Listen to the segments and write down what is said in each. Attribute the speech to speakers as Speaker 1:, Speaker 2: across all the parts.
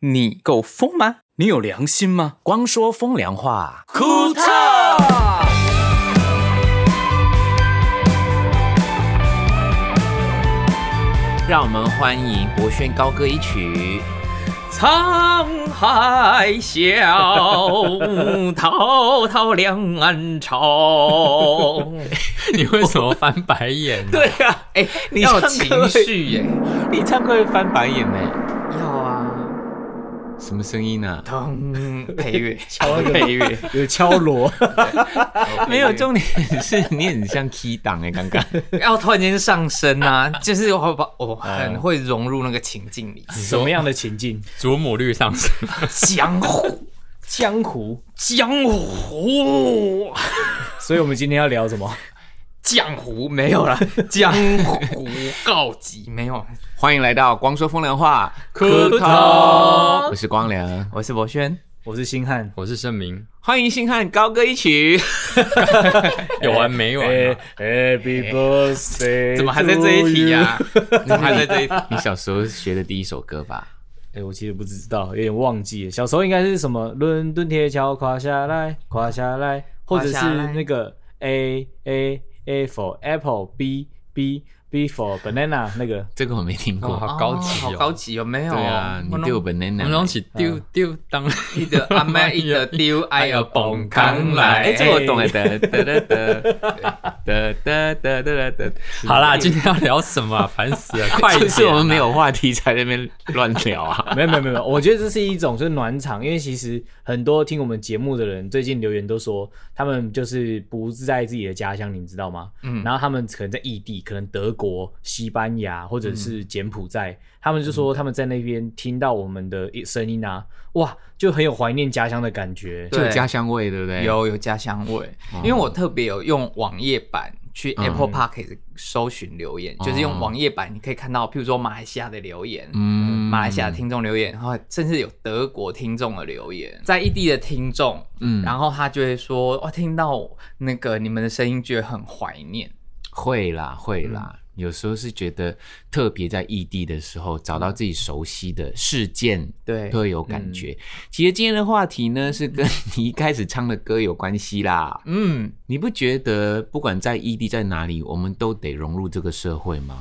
Speaker 1: 你够疯吗？你有良心吗？
Speaker 2: 光说风凉话，
Speaker 1: 库特。
Speaker 2: 让我们欢迎博轩高歌一曲。
Speaker 3: 沧海笑，滔滔两岸潮。
Speaker 2: 你为什么翻白眼 呢、
Speaker 3: 对呀、啊，哎、
Speaker 2: 你
Speaker 3: 要有
Speaker 2: 唱歌
Speaker 3: 情绪耶、
Speaker 2: 你唱歌会翻白眼呢？
Speaker 3: 要啊，
Speaker 2: 什么声音啊呢、
Speaker 3: 当配乐，敲配乐，
Speaker 4: 有敲锣，
Speaker 2: 没有，重点 是你很像 key 档哎，刚刚
Speaker 3: 要突然间上升啊，就是我把我很会融入那个情境里。
Speaker 4: 什么样的情境？
Speaker 2: 祖母绿上身。
Speaker 3: 江湖，
Speaker 4: 江湖。
Speaker 3: 江湖，
Speaker 4: 所以我们今天要聊什么？
Speaker 3: 江湖没有了，江湖告急没有。
Speaker 2: 欢迎来到光说风凉话，
Speaker 3: 库特
Speaker 2: 我是光良，
Speaker 3: 我是博轩，
Speaker 4: 我是星汉。
Speaker 5: 我是盛明，
Speaker 2: 欢迎星汉高歌一曲。
Speaker 5: 有完没 完、
Speaker 4: 哎
Speaker 5: 啊？
Speaker 4: ，Happy Birthday！
Speaker 3: 怎么还在这一题呀、？
Speaker 2: 啊
Speaker 5: 哎
Speaker 3: 怎 么还在这一题？
Speaker 2: 你小时候学的第一首歌吧？
Speaker 4: 哎，我其实不知道，有点忘记了。小时候应该是什么？伦敦铁桥垮下来，垮下来，或者
Speaker 3: 垮下
Speaker 4: 是
Speaker 3: 来
Speaker 4: 那个 A A A for Apple，B B B for Banana 那个。
Speaker 2: 这个我没听过。
Speaker 5: 哇，好高级
Speaker 3: 好
Speaker 5: 哦！
Speaker 3: 高级哦，没有
Speaker 2: 对啊，你对我本
Speaker 5: 我
Speaker 2: banana，
Speaker 5: 们拢是丢丢当
Speaker 3: 一的阿 妹一的丢，哎呀蹦扛
Speaker 2: 哎，
Speaker 3: 来，
Speaker 2: 这个我懂哎， 得得得得得得得得得。
Speaker 5: 好啦，今天要聊什么、啊？烦死 了，快点！
Speaker 2: 就是我们没有话题才在那边乱聊 啊。
Speaker 4: 没有没有没有没有，我觉得这是一种就是暖场，因为其实很多听我们节目的人最近留言都说，他们就是不是在自己的家乡，你们知道吗？嗯，然后他们可能在异地，可能德国、西班牙或者是柬埔寨，他们就说他们在那边听到我们的一声音啊，哇，就很有怀念家乡的感觉。
Speaker 3: 对
Speaker 2: 有家乡味，对不对？，
Speaker 3: 有有家乡味，因为我特别有用网页版去
Speaker 2: 嗯
Speaker 3: Apple Park 搜寻留言，就是用网页版你可以看到，譬如说马来西亚的留言，
Speaker 2: 嗯
Speaker 3: 马来西亚听众留言，然后甚至有德国听众的留言，在异地的听众，
Speaker 2: 嗯
Speaker 3: 然后他就会说，哇，听到那个你们的声音，觉得很怀念。
Speaker 2: 会啦，会
Speaker 5: 嗯
Speaker 2: 啦。有时候是觉得，特别在异地的时候，找到自己熟悉的事件，
Speaker 3: 对
Speaker 2: 特有感觉。
Speaker 5: 嗯
Speaker 2: 其实今天的话题呢，是跟你一开始唱的歌有关系啦。
Speaker 3: 嗯，
Speaker 2: 你不觉得，不管在异地在哪里，我们都得融入这个社会吗？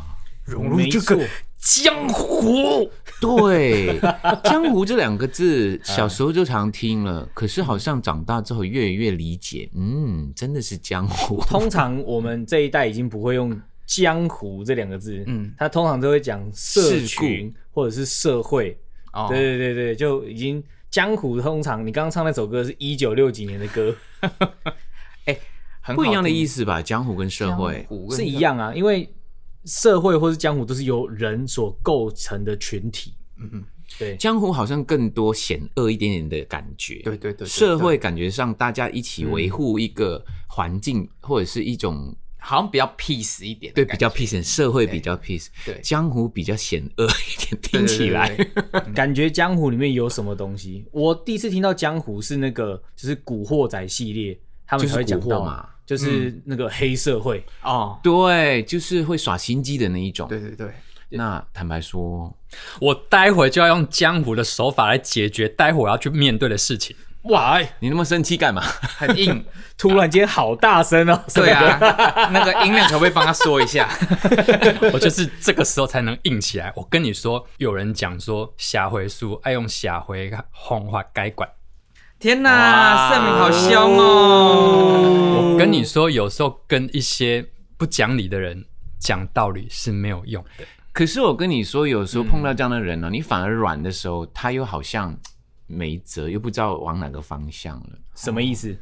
Speaker 3: 融入
Speaker 4: 没
Speaker 3: 这
Speaker 4: 错
Speaker 3: 个，江湖，
Speaker 2: 对，江湖这两 个
Speaker 3: 嗯
Speaker 2: 字，小时候就常听了，可是好像长大之后越来越理解，嗯，真的是江湖。
Speaker 4: 通常我们这一代已经不会用“江湖”这两个字，
Speaker 3: 嗯
Speaker 4: 嗯，他通常都会讲社
Speaker 2: 世故
Speaker 4: 群或者是社会，
Speaker 3: 哦
Speaker 4: 对对对对，就已经江湖通常你刚刚唱那首歌是一九六几年的歌，
Speaker 3: 很
Speaker 2: 不一样的意
Speaker 3: 思，
Speaker 2: 思吧？江湖跟社会
Speaker 3: 江，湖
Speaker 4: 是一，样啊，因为社会或是江湖都是由人所构成的群体，
Speaker 3: 嗯，
Speaker 4: 对，
Speaker 2: 江湖好像更多险恶一点点的感觉。
Speaker 3: 对对对对
Speaker 2: 社会感觉上大家一起维护一个环境，或者是一种
Speaker 3: 好像比较 peace 一点的
Speaker 2: 对
Speaker 3: 感
Speaker 2: 比
Speaker 3: 觉，
Speaker 2: 较 peace，社会比较 peace，
Speaker 3: 对
Speaker 2: 江湖比较险恶一
Speaker 3: 对
Speaker 2: 点，听起来。
Speaker 3: 对对对对
Speaker 4: 感觉江湖里面有什么东西。我第一次听到江湖是那个就是古惑仔系列，他们才会讲
Speaker 2: 就是
Speaker 4: 到
Speaker 2: 古惑嘛，
Speaker 4: 就是那个黑社会，
Speaker 3: 哦，
Speaker 2: 对，就是会耍心机的那一种
Speaker 3: 对。对对，
Speaker 2: 那坦白说，
Speaker 5: 我待会就要用江湖的手法来解决待会我要去面对的事 情。
Speaker 4: 哇，哎
Speaker 2: 你那么生气干嘛？
Speaker 3: 很硬，
Speaker 4: 突然间好大声哦，
Speaker 3: 对 啊，那个音量可不可以帮他说一下？
Speaker 5: 我就是这个时候才能硬起来。我跟你说，有人讲说下回书爱用下回红话该管。
Speaker 3: 天哪，盛明好凶哦！
Speaker 5: 我跟你说，有时候跟一些不讲理的人讲道理是没有用的。
Speaker 2: 可是我跟你说，有时候碰到这样的
Speaker 4: 嗯
Speaker 2: 人呢、哦你反而软的时候，他又好像嘖没辙，又不知道往哪个方向了。
Speaker 4: 什么意思？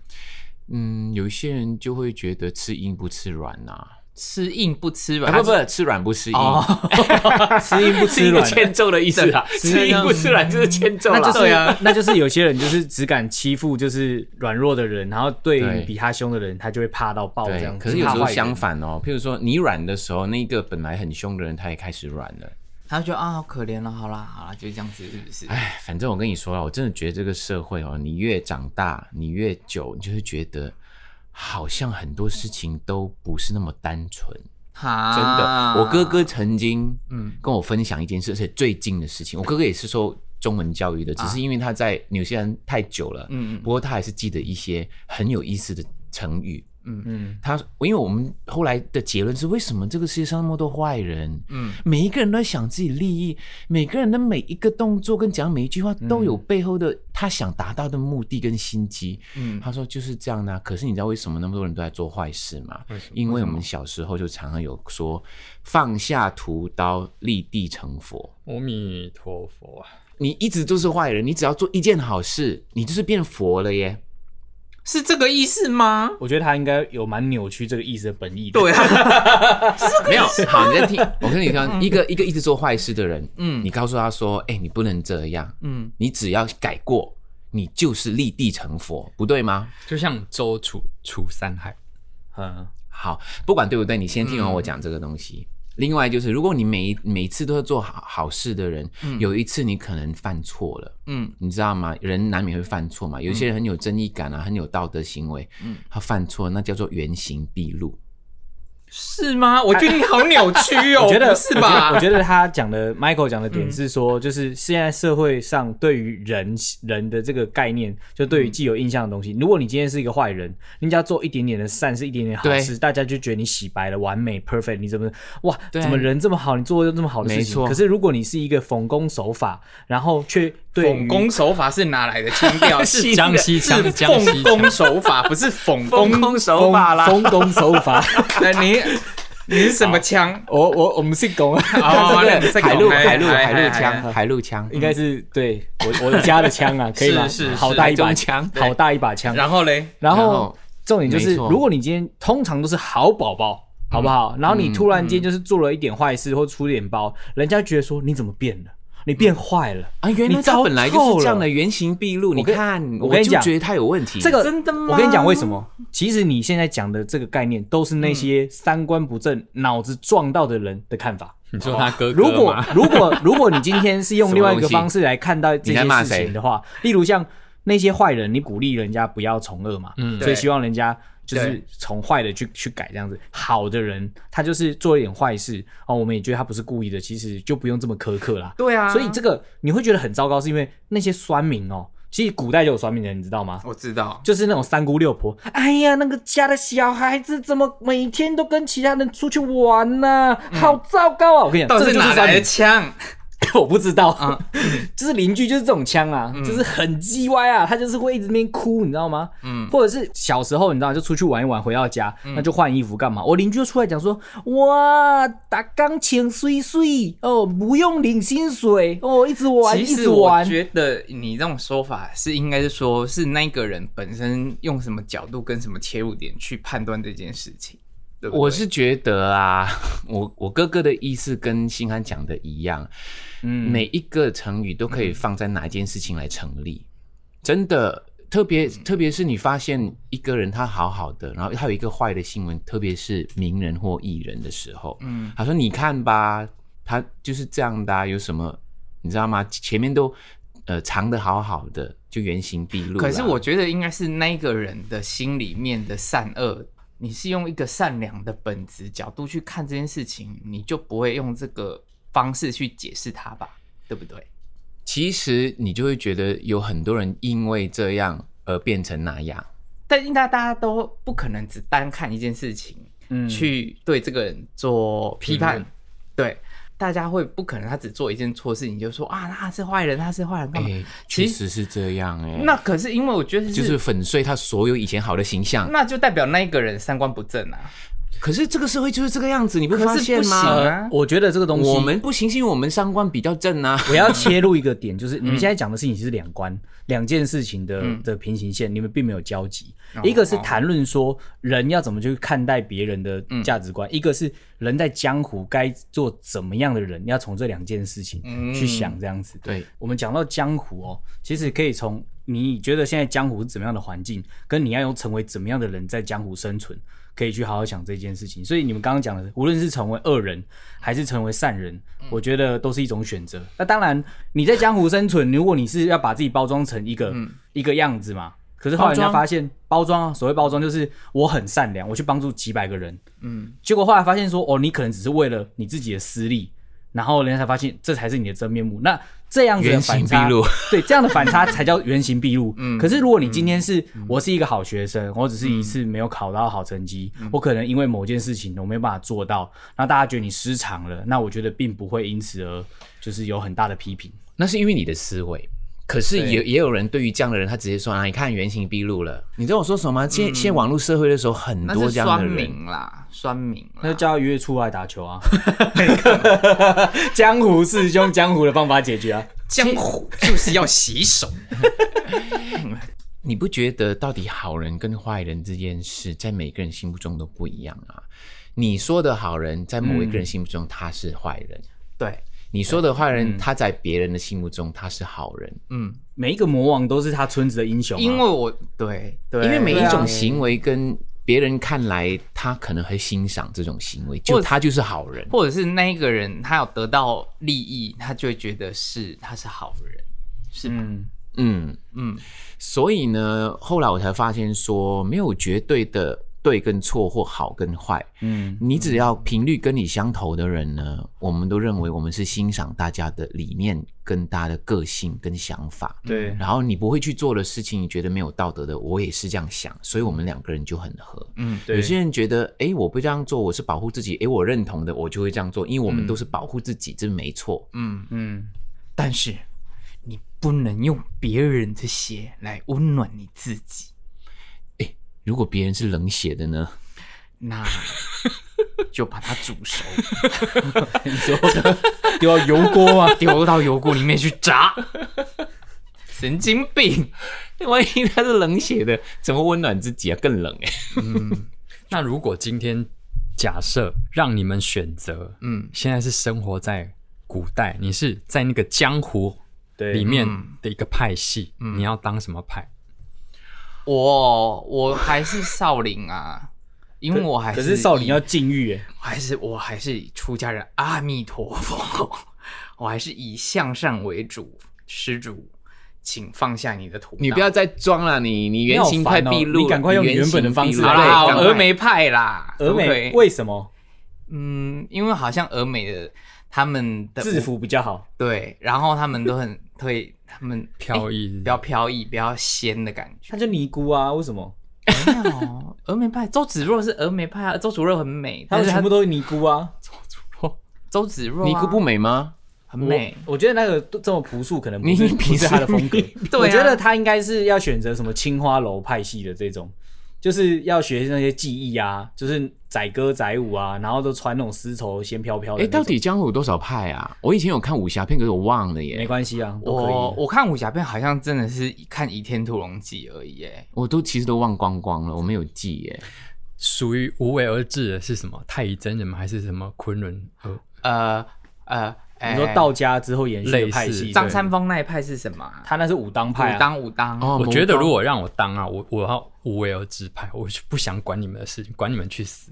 Speaker 2: 嗯，有一些人就会觉得吃硬不吃软呐、啊，
Speaker 3: 吃硬不吃
Speaker 4: 啊
Speaker 3: 软，
Speaker 2: 哎不不，吃软不吃硬，
Speaker 4: 哦 吃硬不
Speaker 2: 是
Speaker 4: 吃
Speaker 2: 一个
Speaker 4: 软，
Speaker 2: 欠揍的意思啊，吃硬不吃软就是欠揍
Speaker 4: 那
Speaker 2: 啦。啊
Speaker 4: 就是、那就是有些人就是只敢欺负就是软弱的人，然后对
Speaker 2: 对
Speaker 4: 比他凶的人，他就会怕到爆这样
Speaker 2: 对，
Speaker 4: 子。
Speaker 2: 可是有时
Speaker 4: 怕
Speaker 2: 候
Speaker 4: 坏人
Speaker 2: 相反哦，譬如说你软的时候，那个本来很凶的人他也开始软了。
Speaker 3: 他就觉得啊，好可怜了，好啦好啦，就这样子，是不是？
Speaker 2: 哎，反正我跟你说了，我真的觉得这个社会哦，你越长大，你越久，你就会觉得好像很多事情都不是那么单纯。
Speaker 3: 哈
Speaker 2: 真
Speaker 5: 啊
Speaker 2: 的，我哥哥曾经
Speaker 3: 嗯
Speaker 2: 嗯跟我分享一件事，而且最近的事情，我哥哥也是说中文教育的，只是因为他在纽西兰太久了，
Speaker 5: 啊嗯嗯
Speaker 2: 不过他还是记得一些很有意思的成语。
Speaker 4: 嗯，
Speaker 2: 他因为我们后来的结论是，为什么这个世界上那么多坏人？
Speaker 5: 嗯，
Speaker 2: 每一个人都在想自己利益，每个人的每一个动作跟讲每一句话都有背后的他想达到的目的跟心机。
Speaker 5: 嗯
Speaker 2: 他说就是这样的啊、可是你知道为什么那么多人都在做坏事吗？因为我们小时候就常常有说放下屠刀立地成佛。
Speaker 5: 阿弥陀佛啊，
Speaker 2: 你一直都是坏人，你只要做一件好事，你就是变佛了耶。
Speaker 6: 是这个意思吗？
Speaker 4: 我觉得他应该有蛮扭曲这个意思的本意的。
Speaker 6: 对啊，
Speaker 2: 没有，好，你在听，我跟你讲，一个一个一直做坏事的人，
Speaker 6: 嗯
Speaker 2: 你告诉他说，哎、你不能这样，
Speaker 6: 嗯，
Speaker 2: 你只要改过，你就是立地成佛，不对吗？
Speaker 5: 就像周楚楚三害，
Speaker 4: 嗯，
Speaker 2: 好，不管对不对，你先听完我讲这个东西。另外就是，如果你每一每一次都要做好好事的人，有一次你可能犯错了，
Speaker 6: 嗯，
Speaker 2: 你知道吗？人难免会犯错嘛，有一些人很有正义感啊，很有道德行为，嗯，他犯错那叫做原形毕露。
Speaker 6: 是吗？我觉得你好扭曲 哦，
Speaker 4: 我觉得
Speaker 6: 不是吧？
Speaker 4: 我觉得我觉得他讲的 Michael 讲的点是说，就是现在社会上对于人人的这个概念，就对于既有印象的东西，如果你今天是一个坏人，你只要做一点点的善事，一点点好事，大家就觉得你洗白了，完美 perfect，你怎么哇，
Speaker 2: 对
Speaker 4: 怎么人这么好，你做了这么好的事
Speaker 2: 没
Speaker 4: 情？
Speaker 2: 错
Speaker 4: 可是如果你是一个奉公守法，然后却对于
Speaker 3: 讽攻手法是哪来的腔调？ 是
Speaker 5: 江西腔
Speaker 3: 是
Speaker 5: 江西
Speaker 3: 奉公守法，不是讽
Speaker 2: 奉
Speaker 3: 攻。
Speaker 2: 公守法啦，
Speaker 4: 奉公守法，
Speaker 3: 那哎你你是什么腔？
Speaker 4: 我我我们是 公，
Speaker 3: 哦，那你在
Speaker 2: 海陆
Speaker 3: 搞
Speaker 2: 海陆海陆。
Speaker 3: 哎哎哎
Speaker 2: 枪，海陆枪
Speaker 4: 应该是对我我家的枪啊，可以吗？
Speaker 3: 是是
Speaker 4: 好大一把
Speaker 2: 台中枪
Speaker 4: 好大一把枪
Speaker 3: 哎。然后嘞，
Speaker 4: 然
Speaker 2: 然
Speaker 4: 后
Speaker 2: 后
Speaker 4: 重点就是，
Speaker 2: 没错
Speaker 4: 如果你今天通常都是好宝宝，好不好？然后你突然间就是做了一点坏事或出了点包，人家觉得说你怎么变了？你变坏了
Speaker 2: 啊，原来
Speaker 4: 你糟
Speaker 2: 他
Speaker 4: 透
Speaker 2: 本来就是这样的原形毕露。你
Speaker 4: 跟
Speaker 2: 看，
Speaker 4: 我跟你
Speaker 2: 就
Speaker 4: 讲
Speaker 2: 觉得他有问题。
Speaker 4: 这个
Speaker 3: 真的吗
Speaker 4: 我跟你讲为什么？其实你现在讲的这个概念，都是那些三观不正、脑子撞到的人的看法。
Speaker 5: 你
Speaker 2: 哦
Speaker 5: 说他哥哥
Speaker 4: 如果
Speaker 5: 吗
Speaker 4: 如果如果你今天是用另外一个方式来看待这
Speaker 2: 你
Speaker 4: 些
Speaker 2: 在骂
Speaker 4: 事
Speaker 2: 谁
Speaker 4: 情的话，例如像那些坏人，你鼓励人家不要从恶嘛，
Speaker 5: 嗯
Speaker 4: 所以
Speaker 3: 对
Speaker 4: 希望人家就是
Speaker 3: 对
Speaker 4: 从坏的去去改这样子。好的人他就是做一点坏事哦，我们也觉得他不是故意的，其实就不用这么苛刻啦。
Speaker 3: 对啊，
Speaker 4: 所以这个你会觉得很糟糕，是因为那些酸民哦，其实古代就有酸民的，你知道吗？
Speaker 3: 我知道，
Speaker 4: 就是那种三姑六婆，哎呀，那个家的小孩子怎么每天都跟其他人出去玩呢、好糟糕啊！我跟你讲，
Speaker 3: 嗯到
Speaker 4: 这
Speaker 3: 底
Speaker 4: 就是是
Speaker 3: 哪
Speaker 4: 酸
Speaker 3: 来
Speaker 4: 民
Speaker 3: 的。啊腔？
Speaker 4: 我不知道， 就是邻居就是这种腔啊，
Speaker 3: 嗯
Speaker 4: 就是很鸡歪啊，他就是会一直在那边哭，你知道吗？嗯，或者是小时候你知道就出去玩一玩，回到家、
Speaker 3: 嗯
Speaker 4: 那就换衣服干嘛？我邻居就出来讲说，哇，打钢琴碎碎哦，不用领薪水哦，一直玩一
Speaker 3: 其
Speaker 4: 直
Speaker 3: 实我
Speaker 4: 玩。
Speaker 3: 觉得你这种说法是应该是说，是那个人本身用什么角度跟什么切入点去判断这件事情，对不对
Speaker 2: 我是觉得啊，我我哥哥的意思跟新安讲的一样，
Speaker 4: 嗯
Speaker 2: 每一个成语都可以放在哪一件事情来成立，真的。特别特别是你发现一个人他好好的，然后他有一个坏的新闻，特别是名人或艺人的时候，
Speaker 3: 嗯
Speaker 2: 他说：“你看吧，他就是这样的、啊，有什么你知道吗？前面都呃藏的好好的，就原形毕
Speaker 3: 嗯
Speaker 2: 露啦。
Speaker 3: 可是我觉得应该是那个人的心里面的善恶，你是用一个善良的本质角度去看这件事情，你就不会用这个方式去解释它吧，对不对？
Speaker 2: 其实你就会觉得有很多人因为这样而变成那样。
Speaker 3: 但应该大家都不可能只单看一件事情，
Speaker 4: 嗯
Speaker 3: 去对这个人做批
Speaker 5: 评
Speaker 3: 判
Speaker 5: 论，
Speaker 3: 对。大家会不可能，他只做一件错事，你就说啊，他是坏人，他是坏人干
Speaker 2: 哎、
Speaker 3: 嘛？
Speaker 2: 确
Speaker 3: 其
Speaker 2: 实是这样哎、
Speaker 3: 那可是因为我觉得
Speaker 2: 就是粉碎他所有以前好的形象。
Speaker 3: 那就代表那一个人三观不正啊，
Speaker 2: 可是这个社会就是这个样子，你不发
Speaker 3: 可是
Speaker 2: 现
Speaker 3: 不行
Speaker 2: 吗？
Speaker 3: 啊。
Speaker 4: 我觉得这个东西
Speaker 2: 我们不行，是因为我们三观比较正啊。
Speaker 4: 我要切入一个点，就是你们现在讲的事情是两关，两、件事情的、的平行线，你们并没有交集。一个是谈论说人要怎么去看待别人的价值观，一个是人在江湖该做怎么样的人，要从这两件事情去想这样子。
Speaker 2: 对，
Speaker 4: 我们讲到江湖哦，其实可以从你觉得现在江湖是怎么样的环境，跟你要用成为怎么样的人在江湖生存，可以去好好想这件事情。所以你们刚刚讲的，无论是成为恶人还是成为善人，我觉得都是一种选择。那当然，你在江湖生存，如果你是要把自己包装成一个、一个样子嘛。可是后来人家发现，包装啊，所谓包装就是我很善良，我去帮助几百个人，嗯，结果后来发现说，哦，你可能只是为了你自己的私利，然后人家才发现这才是你的真面目。那这样子的反
Speaker 2: 原
Speaker 4: 差
Speaker 2: 形毕露，
Speaker 4: 对，这样的反差才叫原形毕露。
Speaker 3: 嗯
Speaker 4: 可是如果你今天是、我是一个好学生，我只是一次没有考到好成绩，我可能因为某件事情我没有办法做到，那大家觉得你失常了，那我觉得并不会因此而就是有很大的批评。
Speaker 2: 那是因为你的思维。可是
Speaker 3: 对
Speaker 2: 也也有人对于这样的人，他直接说啊，你看原形毕露了。你知道我说什么吗？现现在网络社会的时候，很
Speaker 3: 嗯那
Speaker 2: 多
Speaker 3: 是
Speaker 2: 这样
Speaker 3: 酸
Speaker 2: 的人，
Speaker 3: 民啦，酸民啦。
Speaker 4: 那就叫他约出来打球啊，江湖师兄江湖的方法解决啊。
Speaker 6: 江湖就是要洗手。
Speaker 2: 你不觉得到底好人跟坏人这件事，在每个人心目中都不一样啊？你说的好人，在某一个人心目中他是坏人；
Speaker 3: 对，
Speaker 2: 你说的坏人，他在别人的心目中他是好人。
Speaker 3: 嗯，
Speaker 4: 每一个魔王都是他村子的英雄啊、
Speaker 3: 因为我对对，
Speaker 2: 因为每一
Speaker 4: 对
Speaker 2: 种
Speaker 4: 啊
Speaker 2: 行为跟别人看来，他可能会欣赏这种行为，就他就是好人。
Speaker 3: 或者是那一个人他有得到利益，他就会觉得是他是好人，是吧？
Speaker 4: 嗯，
Speaker 2: 嗯，
Speaker 3: 嗯，
Speaker 2: 所以呢，后来我才发现说，没有绝对的对跟错或好跟坏。
Speaker 4: 嗯，
Speaker 2: 你只要频率跟你相投的人呢，我们都认为我们是欣赏大家的理念、跟大家的个性跟想法。
Speaker 5: 嗯
Speaker 4: 对，
Speaker 2: 然后你不会去做的事情，你觉得没有道德的，我也是这样想，所以我们两个人就很合。
Speaker 3: 嗯，
Speaker 4: 对
Speaker 2: 有些人觉得，哎，我不这样做，我是保护自己，哎，我认同的，我就会这样做，因为我们都是保护自己，这没错。
Speaker 3: 嗯，
Speaker 4: 嗯，
Speaker 3: 但是你不能用别人的血来温暖你自己，
Speaker 2: 如果别人是冷血的呢？
Speaker 3: 那就把它煮 熟，
Speaker 4: 你说丢到油锅吗？
Speaker 3: 丢到油锅里面去炸。神经病！
Speaker 2: 万一他是冷血的，怎么温暖自己啊？更冷哎、
Speaker 5: 那如果今天假设让你们选择，
Speaker 3: 嗯，
Speaker 5: 现在是生活在古代，你是在那个江湖
Speaker 4: 对，
Speaker 5: 里面
Speaker 3: 嗯
Speaker 5: 的一个派系，
Speaker 3: 嗯
Speaker 5: 你要当什么派？
Speaker 3: 我我还是少林啊，因为我还
Speaker 4: 可是少林
Speaker 3: 以
Speaker 4: 要禁欲耶，
Speaker 3: 还是我还是以出家人阿弥陀佛， 我还是以向善为主，施主，请放下你的头脑。
Speaker 2: 你不要再装了，你你原形快毕露，
Speaker 4: 你好烦哦你赶快用你原本的方式
Speaker 2: 原形毕露
Speaker 3: 好
Speaker 4: 对
Speaker 3: 啊啦，
Speaker 4: 赶快
Speaker 3: 峨眉派啦，
Speaker 4: 峨
Speaker 3: 对不
Speaker 4: 眉
Speaker 3: 对
Speaker 4: 为什么
Speaker 3: 嗯，因为好像峨眉的他们的
Speaker 4: 制服比较好？
Speaker 3: 对，然后他们都很对，他们
Speaker 5: 飘
Speaker 3: 哎
Speaker 5: 逸
Speaker 3: 比较飘逸，比较仙的感 觉。
Speaker 4: 他就尼姑啊，为什么？
Speaker 3: 没有峨眉派，周芷若是峨眉派啊，周芷若很美，
Speaker 4: 他
Speaker 3: 但
Speaker 4: 们
Speaker 3: 是
Speaker 4: 全部都是尼姑啊。
Speaker 3: 周芷若啊
Speaker 2: 尼姑不美吗？
Speaker 3: 很美，
Speaker 4: 我，我觉得那个都这么朴素，可能不是
Speaker 2: 你
Speaker 4: 不是他的风格。
Speaker 3: 对啊
Speaker 4: 我觉得他应该是要选择什么青花楼派系的这种，就是要学那些技艺啊，就是载歌载舞啊，然后都穿那种丝绸仙飘飘的
Speaker 2: 哎、
Speaker 4: 那种。
Speaker 2: 到底江湖有多少派啊？我以前有看武侠片，可是我忘了耶。
Speaker 4: 没关系啊，都可以
Speaker 3: 我我看武侠片好像真的是看《倚天屠龙记》而已，哎，
Speaker 2: 我都其实都忘光光了，我没有记耶。
Speaker 5: 属于无为而治的是什么？太乙真人吗？还是什么昆仑和
Speaker 3: 呃呃，哎
Speaker 4: 你说道家之后延续的派
Speaker 5: 类
Speaker 4: 系，
Speaker 5: 似
Speaker 3: 张
Speaker 4: 张
Speaker 3: 三丰那一派是什么啊？
Speaker 4: 他那是武当派
Speaker 3: 武
Speaker 4: 啊。
Speaker 3: 当武当
Speaker 2: 哦，
Speaker 5: 我觉得
Speaker 2: 某
Speaker 5: 如果让我当啊，我我要无为而治派，我就不想管你们的事情，管你们去死。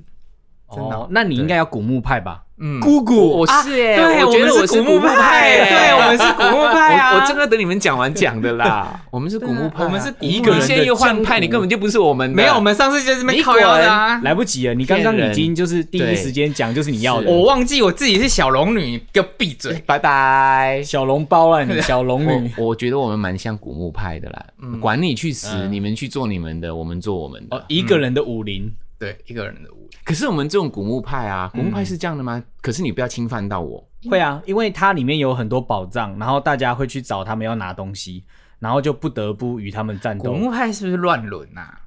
Speaker 3: 真的
Speaker 4: 哦，那你应该要古墓派吧？
Speaker 3: 嗯，
Speaker 4: 姑姑，
Speaker 2: 我是耶、我觉得我是
Speaker 3: 木
Speaker 2: 耶
Speaker 3: 对，我们是古墓派啊，
Speaker 2: 我我正要等你们讲完讲的啦。 我们是古墓派啊、
Speaker 3: 我们是古墓
Speaker 2: 一个人现在又换派，
Speaker 4: 江湖
Speaker 2: 你根本就不是我们的。
Speaker 3: 没有，我们上次就是没
Speaker 2: 你
Speaker 3: 靠腰的啊，
Speaker 4: 来不及了，你刚刚
Speaker 2: 骗
Speaker 4: 已
Speaker 2: 人
Speaker 4: 经就是第一
Speaker 2: 对
Speaker 4: 时间讲就是你要的
Speaker 2: 是
Speaker 3: 我忘记我自己是小龙女，给我闭嘴，
Speaker 2: 拜拜。
Speaker 4: 小笼包啊，你小龙女。
Speaker 2: 我我觉得我们蛮像古墓派的啦，管你去死，
Speaker 4: 嗯
Speaker 2: 你们去做你们的，我们做我们的。
Speaker 4: 哦，一个人的武林，
Speaker 3: 对，一个人的舞，
Speaker 2: 可是我们这种古墓派啊，古墓派是这样的吗？可是你不要侵犯到我。
Speaker 4: 会啊，因为它里面有很多宝藏，然后大家会去找他们要拿东西，然后就不得不与他们战
Speaker 3: 古
Speaker 4: 斗。
Speaker 3: 墓派是不是乱伦啊？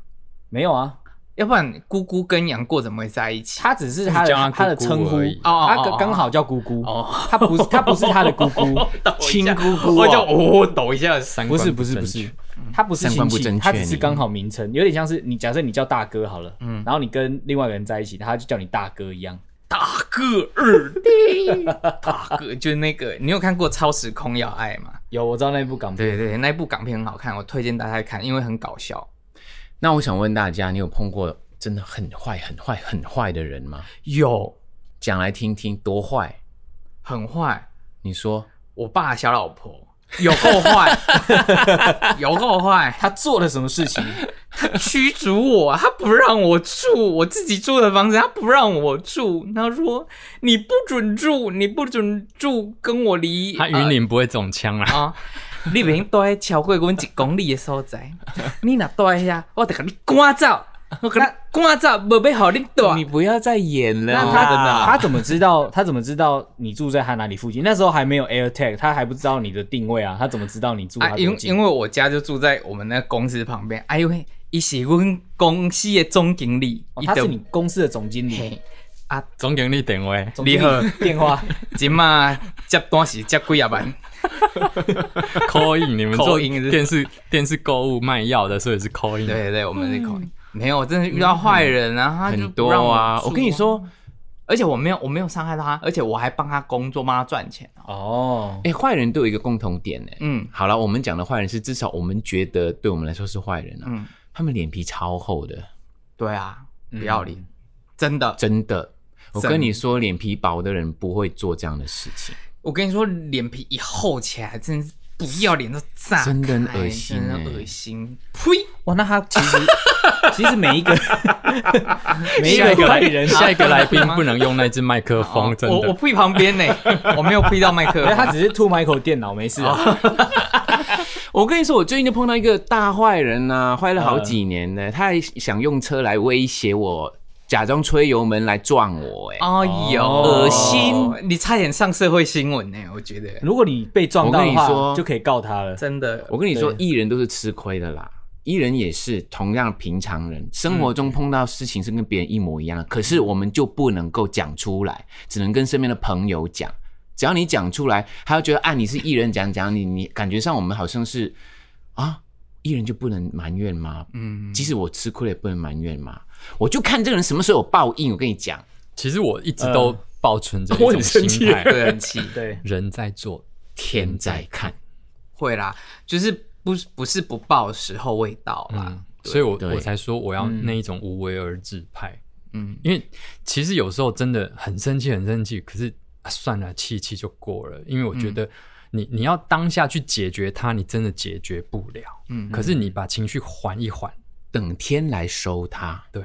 Speaker 4: 没有啊，
Speaker 3: 要不然姑姑跟杨过怎么会在一起？
Speaker 4: 他只是他
Speaker 5: 你
Speaker 4: 的
Speaker 5: 叫他
Speaker 4: 他的
Speaker 5: 姑姑
Speaker 4: 称呼
Speaker 5: 而已，
Speaker 3: 哦
Speaker 4: 他
Speaker 3: 哦哦
Speaker 4: 刚刚好叫姑姑
Speaker 3: 哦，
Speaker 4: 他不是他不是他的姑姑，亲姑姑
Speaker 3: 我就
Speaker 4: 哦。
Speaker 3: 哦抖一下，三
Speaker 4: 不
Speaker 5: 观
Speaker 4: 是
Speaker 5: 不
Speaker 4: 不是
Speaker 5: 正
Speaker 4: 不是
Speaker 5: 确，
Speaker 4: 他不是
Speaker 2: 三观
Speaker 4: 亲
Speaker 2: 不正
Speaker 4: 戚，
Speaker 2: 确
Speaker 4: 他只是
Speaker 2: 你
Speaker 4: 刚好名称，有点像是你假设你叫大哥好了，嗯，然后你跟另外一个人在一起，他就叫你大哥一样，
Speaker 3: 大个二弟， 大个就是那个，你有看过《超时空要爱》吗？
Speaker 4: 有我知道那部港片，
Speaker 3: 对对，那一部港片很好看，我推荐大家看，因为很搞笑。
Speaker 2: 那我想问大家，你有碰过真的很坏、很坏、很坏的人吗？
Speaker 3: 有
Speaker 2: 讲来听听，多坏？
Speaker 3: 很坏，
Speaker 2: 你说
Speaker 3: 我爸的小 老婆有够坏，有够坏。
Speaker 4: 他做了什么事情？
Speaker 3: 驱逐我啊，他不让我住我自己住的房子，他不让我住。他说你不准住，你不准住，跟我离。
Speaker 5: 他云林不会中枪啦，
Speaker 3: 呃啊，你明住在超过阮一公里的所在，你若住遐，我得给你赶走，我给你赶走，无要好你住。
Speaker 2: 你不要再演了，
Speaker 4: 那
Speaker 2: 真的
Speaker 4: 他
Speaker 2: 啊
Speaker 4: 他怎么知道？他怎么知道你住在他哪里附近？那时候还没有 AirTag，他还不知道你的定位啊，他怎么知道你住
Speaker 3: 啊，
Speaker 4: 他
Speaker 3: 因
Speaker 4: 附
Speaker 3: 为
Speaker 4: 近？
Speaker 3: 因为我家就住在我们那公司旁边，哎呦嘿，伊是阮公司的总经理，
Speaker 4: 哦
Speaker 3: 伊
Speaker 4: 他
Speaker 3: 就是
Speaker 4: 你公司的总经理
Speaker 3: 嘿，
Speaker 5: 总经理点位，
Speaker 4: 总经理 电话
Speaker 3: 即嘛接单是接几啊万，
Speaker 5: 扣印，你们 做
Speaker 3: Call in 是
Speaker 5: 电视电视购物卖药的，所以是扣印。
Speaker 3: 对对对，我们是口音。没有，我真的遇到坏人啊，他就
Speaker 2: 很
Speaker 3: 不
Speaker 2: 多
Speaker 3: 让
Speaker 2: 啊！
Speaker 3: 住
Speaker 2: 我跟你，说，
Speaker 3: 而且我没有我没有伤害到他，而且我还帮他工作，帮他赚钱啊。
Speaker 4: 哦，
Speaker 2: 哎，坏人都有一个共同点呢。
Speaker 3: 嗯
Speaker 2: 好了，我们讲的坏人是至少我们觉得对我们来说是坏人啊，
Speaker 3: 嗯，
Speaker 2: 他们脸皮超厚的，
Speaker 3: 对啊，不要脸，真的。
Speaker 2: 真的。我
Speaker 3: 真
Speaker 2: 跟你说，脸皮薄的人不会做这样的事情。
Speaker 3: 我跟你说，脸皮一厚起来，真是不要脸都炸开，
Speaker 2: 真的很恶心
Speaker 3: 真的
Speaker 2: 欸
Speaker 3: 恶心。呸！
Speaker 4: 哇，那他其实 其实每一个每一
Speaker 5: 下一
Speaker 4: 个
Speaker 5: 个
Speaker 4: 坏
Speaker 5: 来
Speaker 4: 人，
Speaker 5: 下一个来宾不能用那只麦克
Speaker 3: 哦
Speaker 5: 风，真
Speaker 3: 我我
Speaker 5: 的。
Speaker 3: 呸旁 边呢，我没有呸到麦克
Speaker 4: 因为
Speaker 3: 风。
Speaker 4: 他只是吐 Michael 电脑没事啊。
Speaker 2: 我跟你说，我最近就碰到一个大坏人呐、坏了好几年呢。他还想用车来威胁我，假装吹油门来撞我、哎、
Speaker 3: 哎呦，
Speaker 2: 恶心！
Speaker 3: 你差点上社会新闻呢，我觉得
Speaker 4: 如果你被撞到的
Speaker 2: 我跟你
Speaker 4: 话，
Speaker 2: 说
Speaker 4: 就可以告他了。
Speaker 3: 真的
Speaker 2: 我跟你说，艺人都是吃亏的啦，艺人也是同样平常人，生活中碰到事情是跟别人一模一样的，可是我们就不能够讲出来，只能跟身边的朋友讲。只要你讲出来，他就觉得啊你是艺人，讲讲你，你感觉上我们好像是啊艺人就不能埋怨吗？嗯，即使我吃亏了也不能埋怨吗？我就看这个人什么时候有报应。我跟你讲，
Speaker 5: 其实我一直都抱存 着一
Speaker 2: 我
Speaker 5: 种
Speaker 2: 很生气
Speaker 5: 心态，
Speaker 3: 对很气，
Speaker 4: 对，
Speaker 5: 人在做，
Speaker 2: 天在看，
Speaker 3: 会啦，就是不是不是不报时候未到啦
Speaker 5: 嗯。，所以我
Speaker 2: 对嗯
Speaker 5: 我才说我要那一种无为而治派，
Speaker 3: 嗯，
Speaker 5: 因为其实有时候真的很生气，很生气，可是、啊算了，气一气就过了，因为我觉
Speaker 2: 嗯
Speaker 5: 得你、你要当下去解决它，你真的解决不了，
Speaker 3: 嗯
Speaker 5: 嗯，可是你把情绪缓一缓，
Speaker 2: 等天来收他。
Speaker 5: 对，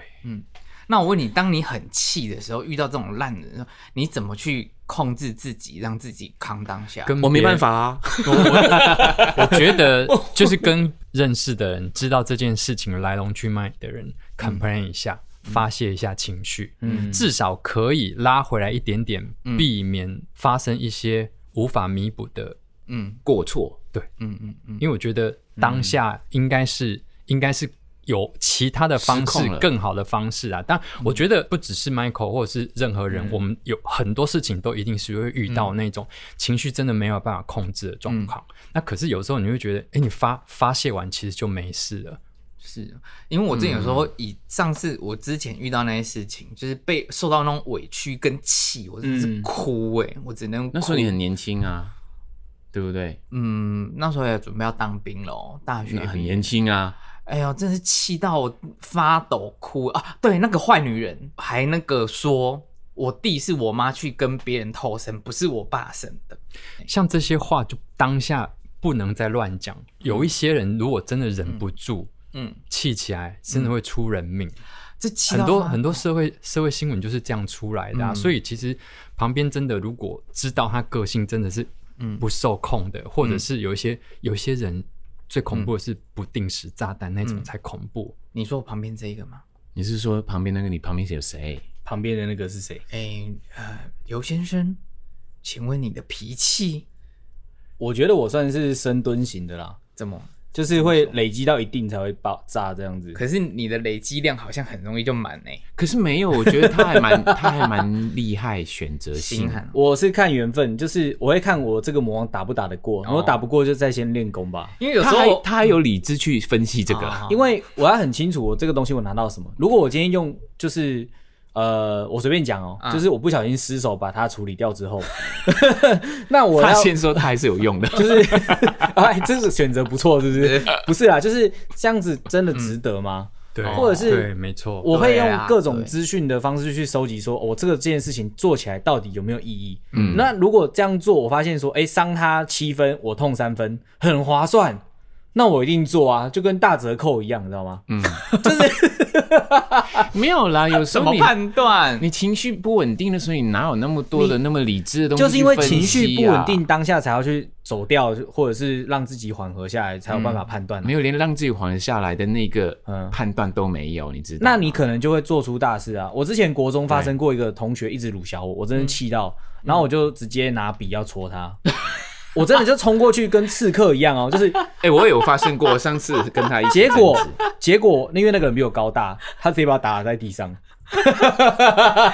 Speaker 3: 那我问你，当你很气的时候，遇到这种烂人的时候，你怎么去控制自己，让自己扛当下？
Speaker 5: 跟
Speaker 2: 我没
Speaker 5: 别人
Speaker 2: 办法啊，
Speaker 5: 我我我觉 得就是跟认识的人、知道这件事情来龙去脉的人 complain 一下，
Speaker 2: 嗯
Speaker 5: 发泄一下情绪，
Speaker 4: 嗯
Speaker 5: 至少可以拉回来一点点，
Speaker 2: 嗯
Speaker 5: 避免发生一些无法弥补的。
Speaker 3: 嗯
Speaker 2: 过错。
Speaker 3: 嗯嗯嗯，
Speaker 5: 因为我觉得当下
Speaker 2: 嗯
Speaker 5: 应该是、应该是。有其他的方
Speaker 2: 失
Speaker 5: 式
Speaker 2: 控了，嗯
Speaker 5: 更好的方式啊！但我觉得不只是 Michael 或者是任何人，我们有很多事情都一定是会遇
Speaker 2: 嗯
Speaker 5: 到那种情绪真的没有办法控制的状况。那可是有时候你会觉得，哎、你发发泄完其实就没事了。
Speaker 3: 是因为我之前有时
Speaker 2: 嗯
Speaker 3: 候以上次我之前遇到那些事情，就是被受到那种委屈跟气，我真的是
Speaker 4: 嗯
Speaker 3: 哭哎、我只能
Speaker 2: 那时候你
Speaker 3: 哭
Speaker 2: 很年轻啊，对不对？
Speaker 3: 嗯，那时候也准备要当兵喽，大学
Speaker 2: 那很
Speaker 3: 毕业
Speaker 2: 年轻啊，
Speaker 3: 哎呦，真是气到我发抖哭啊！对，那个坏女人还那个说，我弟是我妈去跟别人偷生，不是我爸生的。
Speaker 5: 像这些话，就当下不能再乱讲。有一些人如果真的忍不住
Speaker 3: 嗯，
Speaker 5: 气、起来，真的
Speaker 2: 嗯
Speaker 5: 会出人命。
Speaker 3: 这气
Speaker 5: 很
Speaker 3: 到
Speaker 5: 多
Speaker 3: 发
Speaker 5: 很多社会社会新闻就是这样出来的、啊，所以其实旁边真的如果知道他个性真的是不受控的，或者是有一些有一些人最恐怖的是不定时炸弹那种才恐怖。
Speaker 3: 你说我旁边这一个吗？
Speaker 2: 你是说旁边那个？你旁边有谁？
Speaker 4: 旁边的那个是谁？
Speaker 3: 哎，呃，刘先生，请问你的脾气
Speaker 4: 我觉得我算是深蹲型的啦，
Speaker 3: 怎么？
Speaker 4: 就是会累积到一定才会爆炸这样子。
Speaker 3: 可是你的累积量好像很容易就满哎、
Speaker 2: 可是没有，我觉得他 还蛮他还蛮厉害，选择性
Speaker 3: 心。寒。
Speaker 4: 我是看缘分，就是我会看我这个魔王打不打得
Speaker 2: 哦
Speaker 4: 过，然后打不过就再先练功吧。
Speaker 3: 因为有时
Speaker 2: 他还
Speaker 3: 候
Speaker 2: 他还有理智去分析这
Speaker 3: 啊
Speaker 2: 个，
Speaker 4: 因为我要很清楚我这个东西我拿到什么。如果我今天用就是呃，我随便讲哦、
Speaker 2: 啊
Speaker 4: 就是我不小心失手把它处理掉之后， 那我
Speaker 2: 发
Speaker 4: 要
Speaker 2: 现说他还是有用的。
Speaker 4: 就是哎，这个选择不错，是不 是？不是啦，啊就是这样子真的值得吗？
Speaker 5: 对
Speaker 4: 或者是
Speaker 5: 哦对，没错。
Speaker 4: 我会
Speaker 3: 对
Speaker 4: 用
Speaker 3: 啊
Speaker 4: 各种
Speaker 3: 对
Speaker 4: 资讯的方式去收集说，哦我、这个这件事情做起来到底有没有意义？嗯，那如果这样做，我发现说，哎，伤他七分，我痛三分，很划算。那我一定做啊，就跟大折扣一样，你知道吗？
Speaker 2: 没有啦，有时
Speaker 3: 怎
Speaker 2: 候
Speaker 3: 么
Speaker 2: 你
Speaker 3: 判断？
Speaker 2: 你情绪不稳定的时候，你哪有那么多的那么理智的东西、
Speaker 4: 就是因为情绪不
Speaker 2: 啊
Speaker 4: 稳定，，当下才要去走掉，或者是让自己缓和下来，才有办法判断啊、
Speaker 2: 没有连让自己缓下来的那个
Speaker 4: 嗯
Speaker 2: 判断都没有，你知道吗？
Speaker 4: 那你可能就会做出大事啊！我之前国中发生过一个同学一直辱小我，我真的气到，然后我就直接拿笔要戳他，我真的就冲过去跟刺客一样哦，就是
Speaker 2: 哎、我有发生过，上次跟他一 起
Speaker 4: 结
Speaker 2: 争
Speaker 4: 果
Speaker 2: 执
Speaker 4: 结果因为那个人比我高大，他直接把我打在地上。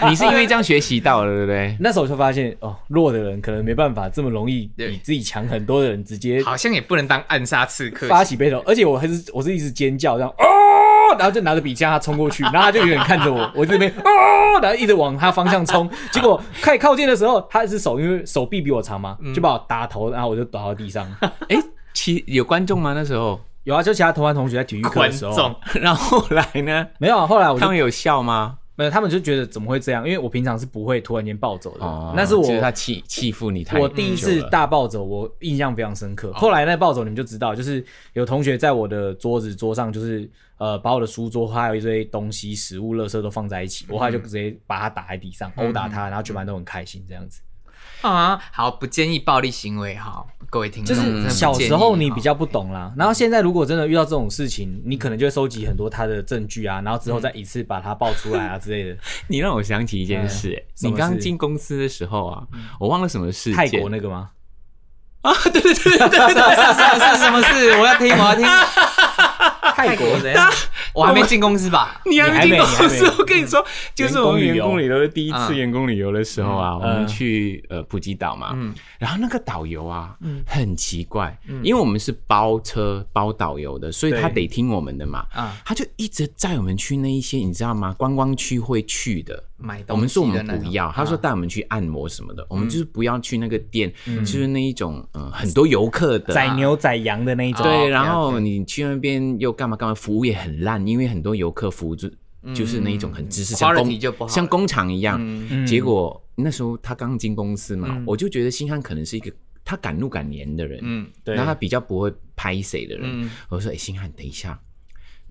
Speaker 2: 你是因为这样学习到了，对不对？
Speaker 4: 那时候我就发现哦，弱的人可能没办法这么容易
Speaker 3: 对
Speaker 4: 比自己强很多的人直接
Speaker 3: 好像也不能当暗杀刺客。
Speaker 4: 发起被动，而且我还是我是一直尖叫这样哦，然后就拿着笔架他冲过去，然后他就有点看着 我，我这边哦，然后一直往他方向冲，结果快靠近的时候，他是手因为手臂比我长嘛，
Speaker 3: 嗯
Speaker 4: 就把我打头，然后我就倒到地 上。
Speaker 2: 哎、其有观众吗？那时候，
Speaker 4: 有啊，就其他同班同学在体育课的
Speaker 3: 观
Speaker 4: 时
Speaker 3: 众
Speaker 4: 候，，
Speaker 2: 然后后来呢？
Speaker 4: 没有啊，后来我
Speaker 2: 他
Speaker 4: 就
Speaker 2: 们有笑吗？
Speaker 4: 没有，他们就觉得怎么会这样？因为我平常是不会突然间暴走的，
Speaker 2: 哦，
Speaker 4: 那是我
Speaker 2: 就是他欺欺负你太，哦
Speaker 4: 我第一次大暴走，我印象非常深刻。后来那暴走你们就知道，就是有同学在我的桌子桌上，就是呃把我的书桌还有一堆东西、食物、垃圾都放在一起，
Speaker 2: 嗯
Speaker 4: 我后来就直接把他打在地上，殴打他，然后全班都很开心这样子。
Speaker 3: 啊，好，不建议暴力行为哈，各位听
Speaker 4: 就
Speaker 3: 众。真的
Speaker 2: 嗯
Speaker 4: 是
Speaker 3: 不
Speaker 4: 小
Speaker 3: 建
Speaker 4: 时候
Speaker 3: 议
Speaker 4: 你
Speaker 3: 哈
Speaker 4: 比较不懂
Speaker 2: 啊
Speaker 4: 啦，然后现在如果真的遇到这种事情，你可能就会收集很多他的证据啊，然后之后再一次把他爆出来啊之类的。
Speaker 2: 你让我想起一件事、哎、
Speaker 4: 什么
Speaker 2: 你刚
Speaker 4: 事
Speaker 2: 进公司的时候啊，我忘了什么事件，
Speaker 4: 泰国那个吗？
Speaker 3: 是是是什么事？我要听，我要听。
Speaker 4: 泰国
Speaker 3: 怎样？我还没进公司 吧？
Speaker 2: 你还没嗯
Speaker 4: 你还没
Speaker 2: 进公
Speaker 4: 你还
Speaker 2: 司，
Speaker 4: 没
Speaker 2: 我跟你说，就是我们员
Speaker 4: 员工
Speaker 2: 工
Speaker 4: 旅
Speaker 2: 旅游的第一次
Speaker 3: 嗯
Speaker 2: 员工旅游的时候啊，我
Speaker 4: 嗯
Speaker 2: 们去呃普吉岛嘛，
Speaker 3: 嗯
Speaker 2: 然后那个导游啊，很奇怪，因为我们是包车包导游的，所以他
Speaker 4: 对
Speaker 2: 得听我们的嘛
Speaker 3: 啊，
Speaker 2: 他就一直载我们去那一些你知道吗？观光区会去的。
Speaker 3: 买
Speaker 2: 我
Speaker 3: 东
Speaker 2: 们
Speaker 3: 西
Speaker 2: 说我
Speaker 3: 的啊
Speaker 2: 们
Speaker 3: 那种嗯
Speaker 2: 不要，他说带我们去按摩什么的，我们就是不要去那个店，就是那一种嗯很多游客的啊
Speaker 4: 宰牛宰羊的那一种，
Speaker 2: 对，
Speaker 3: 哦
Speaker 2: 然
Speaker 3: 了
Speaker 2: 后你去那边又干嘛干嘛，服务也很烂，因为很多游客服务就就是那一种很知识，像
Speaker 3: quality
Speaker 2: 工
Speaker 3: 就不好
Speaker 2: 像
Speaker 3: 嗯了
Speaker 2: 工厂一样。
Speaker 3: 嗯
Speaker 2: 结果那时候他刚进公司嘛，我就觉得星汉可能是一个他敢怒敢言的人，
Speaker 3: 嗯
Speaker 4: 对
Speaker 2: 然后他比较不会拍谁的人。
Speaker 3: 嗯
Speaker 2: 我说：“哎、星汉，等一下，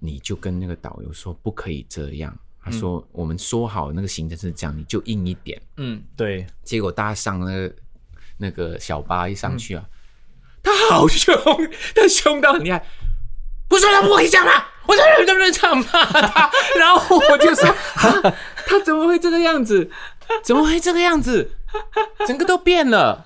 Speaker 2: 你就跟那个导游说不可以这样。”他说：“我们说好那个行程是这样，你就硬一点。”
Speaker 3: 嗯，
Speaker 4: 对，
Speaker 2: 结果大家上那个那个小巴一上去啊，他好凶，他凶到很厉害。不说了，不会讲啦，啊我说能不能这样骂他？ 然后我就说，啊，他怎么会这个样子？怎么会这个样子？整个都变了。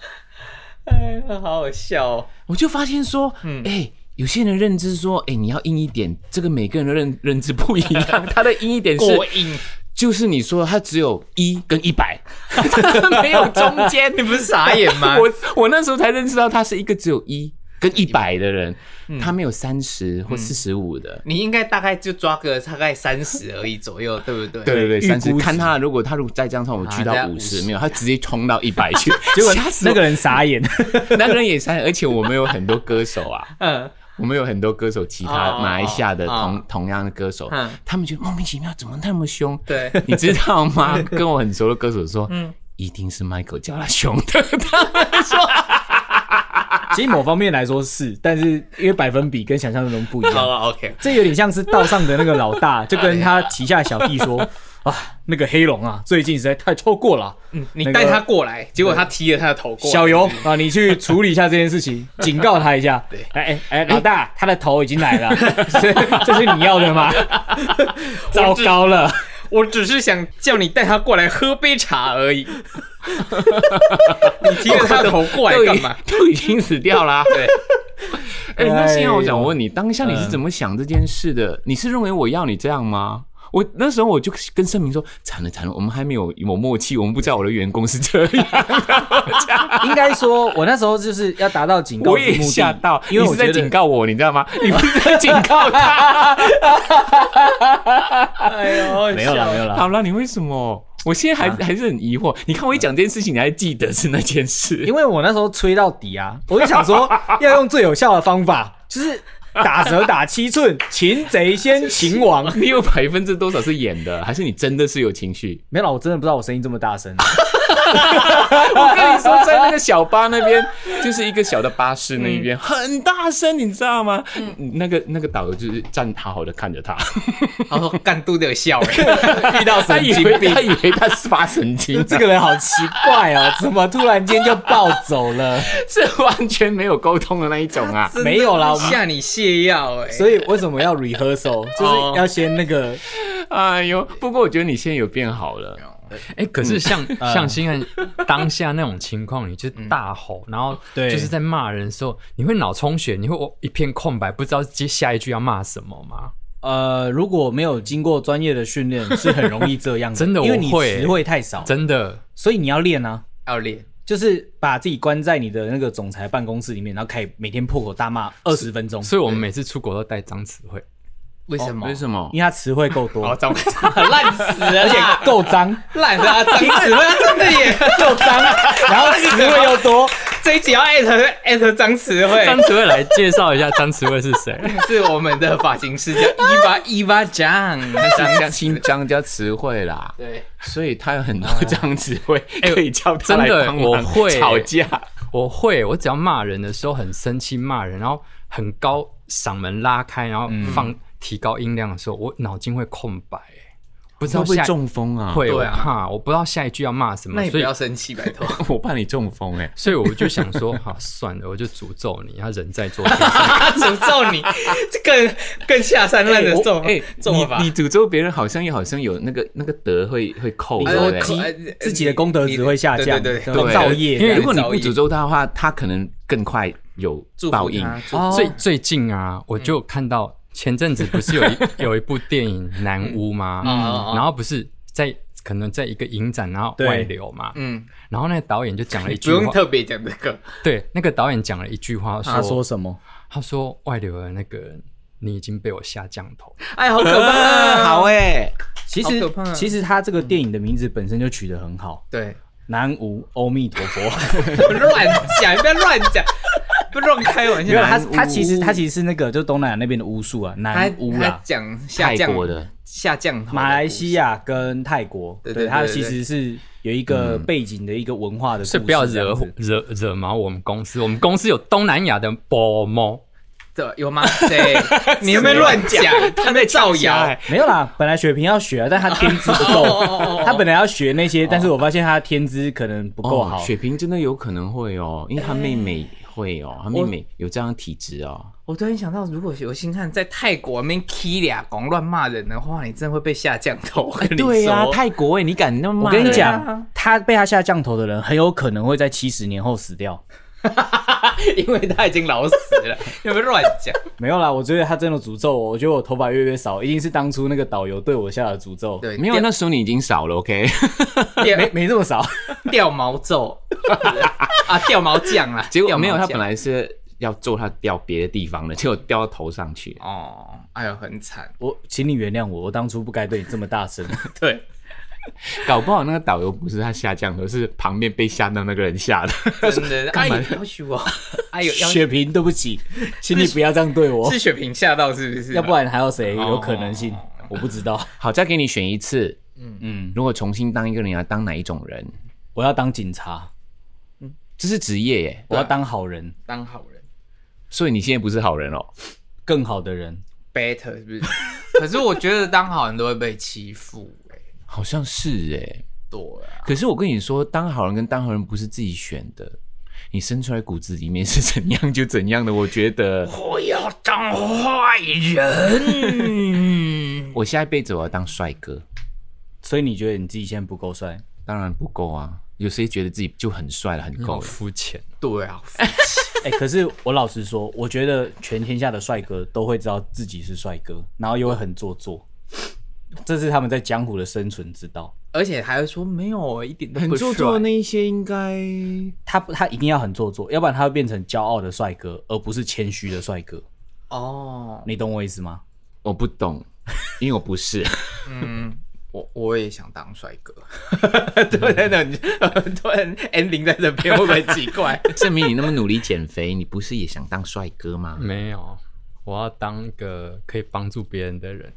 Speaker 3: 哎，好好笑哦。
Speaker 2: 我就发现说，哎、
Speaker 3: 嗯
Speaker 2: 有些人认知说，哎、你要硬一点，这个每个人的认认知不一 样。他的硬一点是
Speaker 3: 过 硬，
Speaker 2: 就是你说他只有一跟一百，没有中间。
Speaker 3: 你不是傻眼 吗？
Speaker 2: 我我那时候才认识到他是一个只有一跟一百的人，
Speaker 3: 嗯
Speaker 2: 他没有三十或四十五的。
Speaker 3: 你应该大概就抓个大概三十而已左右，对不对？
Speaker 2: 对对对，
Speaker 4: 预估
Speaker 2: 三十
Speaker 4: 值
Speaker 2: 看他，如果他如果再这样算，我
Speaker 3: 啊
Speaker 2: 去
Speaker 3: 这
Speaker 2: 到
Speaker 3: 样
Speaker 2: 五十，
Speaker 3: 50
Speaker 2: 没有，他直接冲到一百 去，
Speaker 4: 结果
Speaker 2: 吓死
Speaker 4: 那
Speaker 2: 我
Speaker 4: 个人傻眼，
Speaker 2: 那个人也删，而且我们有很多歌手啊，
Speaker 3: 嗯，
Speaker 2: 我们有很多歌手，其
Speaker 3: 哦
Speaker 2: 他
Speaker 3: 哦
Speaker 2: 马来西亚的
Speaker 3: 哦
Speaker 2: 同同样的歌手
Speaker 3: 嗯，
Speaker 2: 他们觉得莫名其妙，怎么那么凶？
Speaker 3: 对，
Speaker 2: 你知道 吗？跟我很熟的歌手说，
Speaker 4: 嗯
Speaker 2: 一定是 Michael 叫他凶的，
Speaker 4: 其实某方面来说是，但是因为百分比跟想象中不一样。
Speaker 3: 好哎了，OK。
Speaker 4: 这有点像是道上的那个老大，就跟他旗下小弟说：“啊，那个黑龙啊，最近实在太超过了啊，那
Speaker 3: 你
Speaker 4: 个
Speaker 3: 带他过来，结果他踢了嗯他的头嗯过来。
Speaker 4: 小游啊，你去处理一下这件事情，警告他一下。哎哎哎，老大，他的头已经来了， 这这是你要的吗？糟糕 了，
Speaker 3: 我只是想叫你带他过来喝杯茶而 已。你踢了他的头过来
Speaker 4: 哦
Speaker 3: 干嘛？
Speaker 2: 都已经死掉 啦。
Speaker 3: 对，
Speaker 2: 哎、
Speaker 4: 哎
Speaker 2: 那
Speaker 4: 呦
Speaker 2: 现在我想问你，当下你是怎么想这件事的？
Speaker 4: 哎
Speaker 2: 你是认为我要你这样吗？我那时候我就跟盛明说，惨了惨了，我们还没有有默契，我们不知道我的员工是这样。
Speaker 4: 应该说，我那时候就是要达到 警告
Speaker 2: 我
Speaker 4: 之目的，
Speaker 2: 也吓到，
Speaker 4: 因为
Speaker 2: 你
Speaker 4: 我
Speaker 2: 是在
Speaker 4: 觉
Speaker 2: 警
Speaker 4: 得。”
Speaker 2: 告我，你知道吗？你不是在警告他。
Speaker 3: 哎呦，
Speaker 4: 没有了，没有
Speaker 2: 好
Speaker 4: 了，
Speaker 2: 了，你为什么？我现在还、还是很疑惑。你看我一讲这件事情，你还记得是那件事？
Speaker 4: 因为我那时候吹到底啊，我就想说要用最有效的方法，就是打蛇打七寸，擒贼先擒王。
Speaker 2: 你有百分之多少是演的，还是你真的是有情绪？
Speaker 4: 没有啦，我真的不知道我声音这么大声。啊
Speaker 2: 我跟你说，在那个小巴那边，就是一个小的巴士那边，很大声，你知道吗？那个那个导游就是站好好的看着他，
Speaker 3: 他说干都得有笑欸，遇到
Speaker 2: 他
Speaker 3: 神
Speaker 2: 以
Speaker 3: 经
Speaker 2: 为
Speaker 3: 病
Speaker 2: 他， 以为他是发神 经，啊
Speaker 4: 这个人好奇怪哦， 怎么突然间就暴走了？
Speaker 2: 是完全没有沟通的那一种啊。
Speaker 4: 没有啦我们
Speaker 3: 吓你泻药 哎，
Speaker 4: 所以为什么要 rehearsal？就是要先那个
Speaker 2: 哎呦，不过我觉得你现在有变好了，
Speaker 5: 哎、可是像、像现在当下那种情况，你就是大吼，然后
Speaker 4: 对
Speaker 5: 就是在骂人的时候，你会脑充血，你会哦一片空白，不知道接下一句要骂什么吗？
Speaker 4: 呃，如果没有经过专业的训练，是很容易这 样的，
Speaker 5: 真的
Speaker 4: 因为你
Speaker 5: 我会
Speaker 4: 词汇太少，
Speaker 5: 真的，
Speaker 4: 所以你要练啊，
Speaker 3: 要练，
Speaker 4: 就是把自己关在你的那个总裁办公室里面，然后开始每天破口大骂二十分 钟，
Speaker 5: 所以我们每次出国都带脏词汇。
Speaker 3: 为什么
Speaker 2: 哦为？什么
Speaker 4: 因？为他词汇够多，
Speaker 3: 哦 糟糕，烂死了
Speaker 4: 而且
Speaker 3: 啦，
Speaker 4: 够 脏，
Speaker 3: 烂的啊，脏死 了，真的耶！
Speaker 4: 够脏，然后词汇又 多，
Speaker 3: 这一集要艾特艾特张词慧，
Speaker 5: 张词汇来介绍一下，张词汇是谁？
Speaker 3: 是我们的发型师叫伊巴伊巴酱，
Speaker 2: 新疆新疆叫词汇啦，
Speaker 3: 对，
Speaker 2: 所以他有很多这样词汇
Speaker 5: 哎
Speaker 2: 可以叫他
Speaker 5: 真
Speaker 2: 来
Speaker 5: 的
Speaker 2: 帮
Speaker 5: 我
Speaker 2: 忙
Speaker 5: 会
Speaker 2: 吵架。
Speaker 5: 我会，我只要骂人的时候很生气骂人，然后很高嗓门拉开，然后放提高音量的时候，我脑筋会空白，哎不知
Speaker 2: 会
Speaker 5: 道
Speaker 2: 不会
Speaker 5: 下
Speaker 2: 中风啊？
Speaker 5: 会我
Speaker 3: 对啊
Speaker 5: 怕，我不知道下一句要骂什么
Speaker 3: 那，你不
Speaker 5: 所以
Speaker 3: 要生气，拜托。
Speaker 2: 我怕你中风哎、
Speaker 5: 所以我就想 说，好算了，我就诅咒你，他人在做天上。
Speaker 3: 他 诅咒你，这更更下三滥的咒，
Speaker 2: 哎、
Speaker 3: 咒法
Speaker 2: 你你。诅咒别人好像也好像有那个那个德会会扣
Speaker 4: 你
Speaker 2: 的、
Speaker 4: 说
Speaker 2: 对不对
Speaker 4: 鸡
Speaker 3: 哎你
Speaker 4: 自己的功德值会下降，
Speaker 3: 对对
Speaker 4: 然
Speaker 3: 对
Speaker 4: 后
Speaker 2: 对
Speaker 4: 造业这
Speaker 5: 因
Speaker 4: 样，
Speaker 5: 为
Speaker 2: 如果你不
Speaker 3: 造诣
Speaker 2: 诅咒他的话，他可能更快有
Speaker 3: 祝
Speaker 2: 报
Speaker 3: 福
Speaker 2: 应。
Speaker 3: 他，
Speaker 5: 最最近啊，我就看到前阵子不是有一 有一部电影《南屋》吗？
Speaker 3: 嗯
Speaker 5: 然后不是在可能在一个影展，然后
Speaker 4: 对
Speaker 5: 外流嘛，
Speaker 3: 嗯，
Speaker 5: 然后那个导演就讲了一
Speaker 3: 不
Speaker 5: 句
Speaker 3: 用
Speaker 5: 话，
Speaker 3: 特啊别讲这个，
Speaker 5: 对，那个导演讲了一句话
Speaker 4: 他说
Speaker 5: 说，
Speaker 4: 什么？
Speaker 5: 他说外流的那个人，你已经被我下降头。
Speaker 3: 哎， 好可怕，
Speaker 2: 好，哎、
Speaker 4: 其
Speaker 3: 好
Speaker 4: 实
Speaker 3: 可怕啊
Speaker 4: 其实他这个电影的名字本身就取得很好，
Speaker 3: 对，
Speaker 4: 南无阿弥陀 佛。
Speaker 3: 乱讲，不要乱讲，不要乱开玩
Speaker 4: 没有，
Speaker 3: 笑。
Speaker 4: 他
Speaker 2: 南无
Speaker 4: 他其实他其实是那个就东南亚那边的巫术啊，
Speaker 3: 他
Speaker 4: 南巫
Speaker 3: 他
Speaker 4: 啦，
Speaker 3: 讲下
Speaker 2: 泰
Speaker 3: 降
Speaker 2: 国的
Speaker 3: 下降头的
Speaker 4: 马来西
Speaker 3: 故
Speaker 4: 亚跟泰国，
Speaker 3: 对对
Speaker 4: 对，
Speaker 3: 对
Speaker 4: 他
Speaker 3: 对嗯
Speaker 4: 其实是有一个背景的一个文化的故事，
Speaker 5: 所以不要
Speaker 4: 这
Speaker 5: 惹
Speaker 4: 样子
Speaker 5: 惹惹毛我们公司，我们公司有东南亚的波猫，
Speaker 3: 事对有吗？对， 你有没有乱讲？ 他在造谣，
Speaker 4: 没有啦，本来雪萍要学啊，但他天资不
Speaker 3: 哦
Speaker 4: 够，他本来要学那些，但是我发现他的天资可能不够
Speaker 2: 哦，
Speaker 4: 好。
Speaker 2: 雪萍真的有可能会哦，因为她妹妹会哦，她妹妹有这样的体质哦。
Speaker 3: 我突然想到，如果有星汉在泰国那边 k 俩讲乱骂人的话，你真的会被下降头。我跟你
Speaker 2: 对呀、
Speaker 3: 说
Speaker 2: 泰国哎，你敢那么骂
Speaker 4: 我跟你
Speaker 2: 人
Speaker 3: 对啊
Speaker 4: 讲，他被他下降头的人，很有可能会在七十年后死掉。
Speaker 3: 因为他已经老死 了，有没有乱讲？
Speaker 4: 没有啦，我觉得他真的诅咒我，我觉得我头发越来越少，一定是当初那个导游对我下的诅咒。
Speaker 3: 对，
Speaker 2: 没有，那时候你已经少了，OK？
Speaker 3: 掉
Speaker 4: 没没这么少，
Speaker 3: 掉掉毛 咒啊，掉毛酱 啦，
Speaker 2: 结果
Speaker 3: 掉毛
Speaker 2: 没有，他
Speaker 3: 酱
Speaker 2: 本来是要咒他掉别的地方的，结果掉到头上去。
Speaker 3: 哦，哎呦，很惨，
Speaker 4: 我请你原谅我，我当初不该对你这么大 声。
Speaker 3: 对，
Speaker 2: 搞不好那个导游不是他下降头，是旁边被吓到那个人吓的。
Speaker 3: 真 的，哎呦，要许我，哎呦，要
Speaker 4: 雪萍，对不起，请你不要这样对我
Speaker 3: 是，雪萍吓到是不是？
Speaker 4: 要不然还有谁有可能性
Speaker 3: 哦？
Speaker 4: 我不知道。
Speaker 2: 好，再给你选一次。
Speaker 4: 嗯，
Speaker 2: 如果重新当一个人，你要当哪一种人？
Speaker 4: 我要当警察，
Speaker 2: 这是职业耶，
Speaker 3: 啊
Speaker 4: 我要当好人，
Speaker 3: 当好人
Speaker 2: 所以你现在不是好人哦。
Speaker 4: 更好的人。
Speaker 3: ，better 是不 是？可是我觉得当好人都会被欺负，哎，
Speaker 2: 好像是哎，
Speaker 3: 对啊，
Speaker 2: 可是我跟你说，当好人跟当好人不是自己选的，你生出来骨子里面是怎样就怎样的。我觉得
Speaker 3: 我要当坏人，
Speaker 2: 我下一辈子我要当帅哥，
Speaker 4: 所以你觉得你自己现在不够帅？
Speaker 2: 当然不够啊。有谁觉得自己就很帅了，很
Speaker 5: 好
Speaker 2: 够了？
Speaker 5: 肤浅。
Speaker 3: 对 啊，
Speaker 4: 哎、可是我老实说，我觉得全天下的帅哥都会知道自己是帅哥，然后又会很做作，这是他们在江湖的生存之道。
Speaker 3: 而且还会说没有，一点都
Speaker 2: 很
Speaker 3: 不
Speaker 2: 做作的
Speaker 3: 帅
Speaker 2: 那一些应该
Speaker 4: 他他一定要很做作，要不然他会变成骄傲的帅哥，而不是谦虚的帅哥。
Speaker 3: 哦，
Speaker 4: 你懂我意思吗？
Speaker 2: 我不懂， 因为我不是。
Speaker 3: 嗯，我我也想当帅哥，
Speaker 2: 嗯
Speaker 3: 对不对？ 对突然 ending 在这 边会不会奇怪？嗯
Speaker 2: 证明你那么努力减肥，你不是也想当帅哥吗？
Speaker 5: 没有，我要当一个可以帮助别人的人。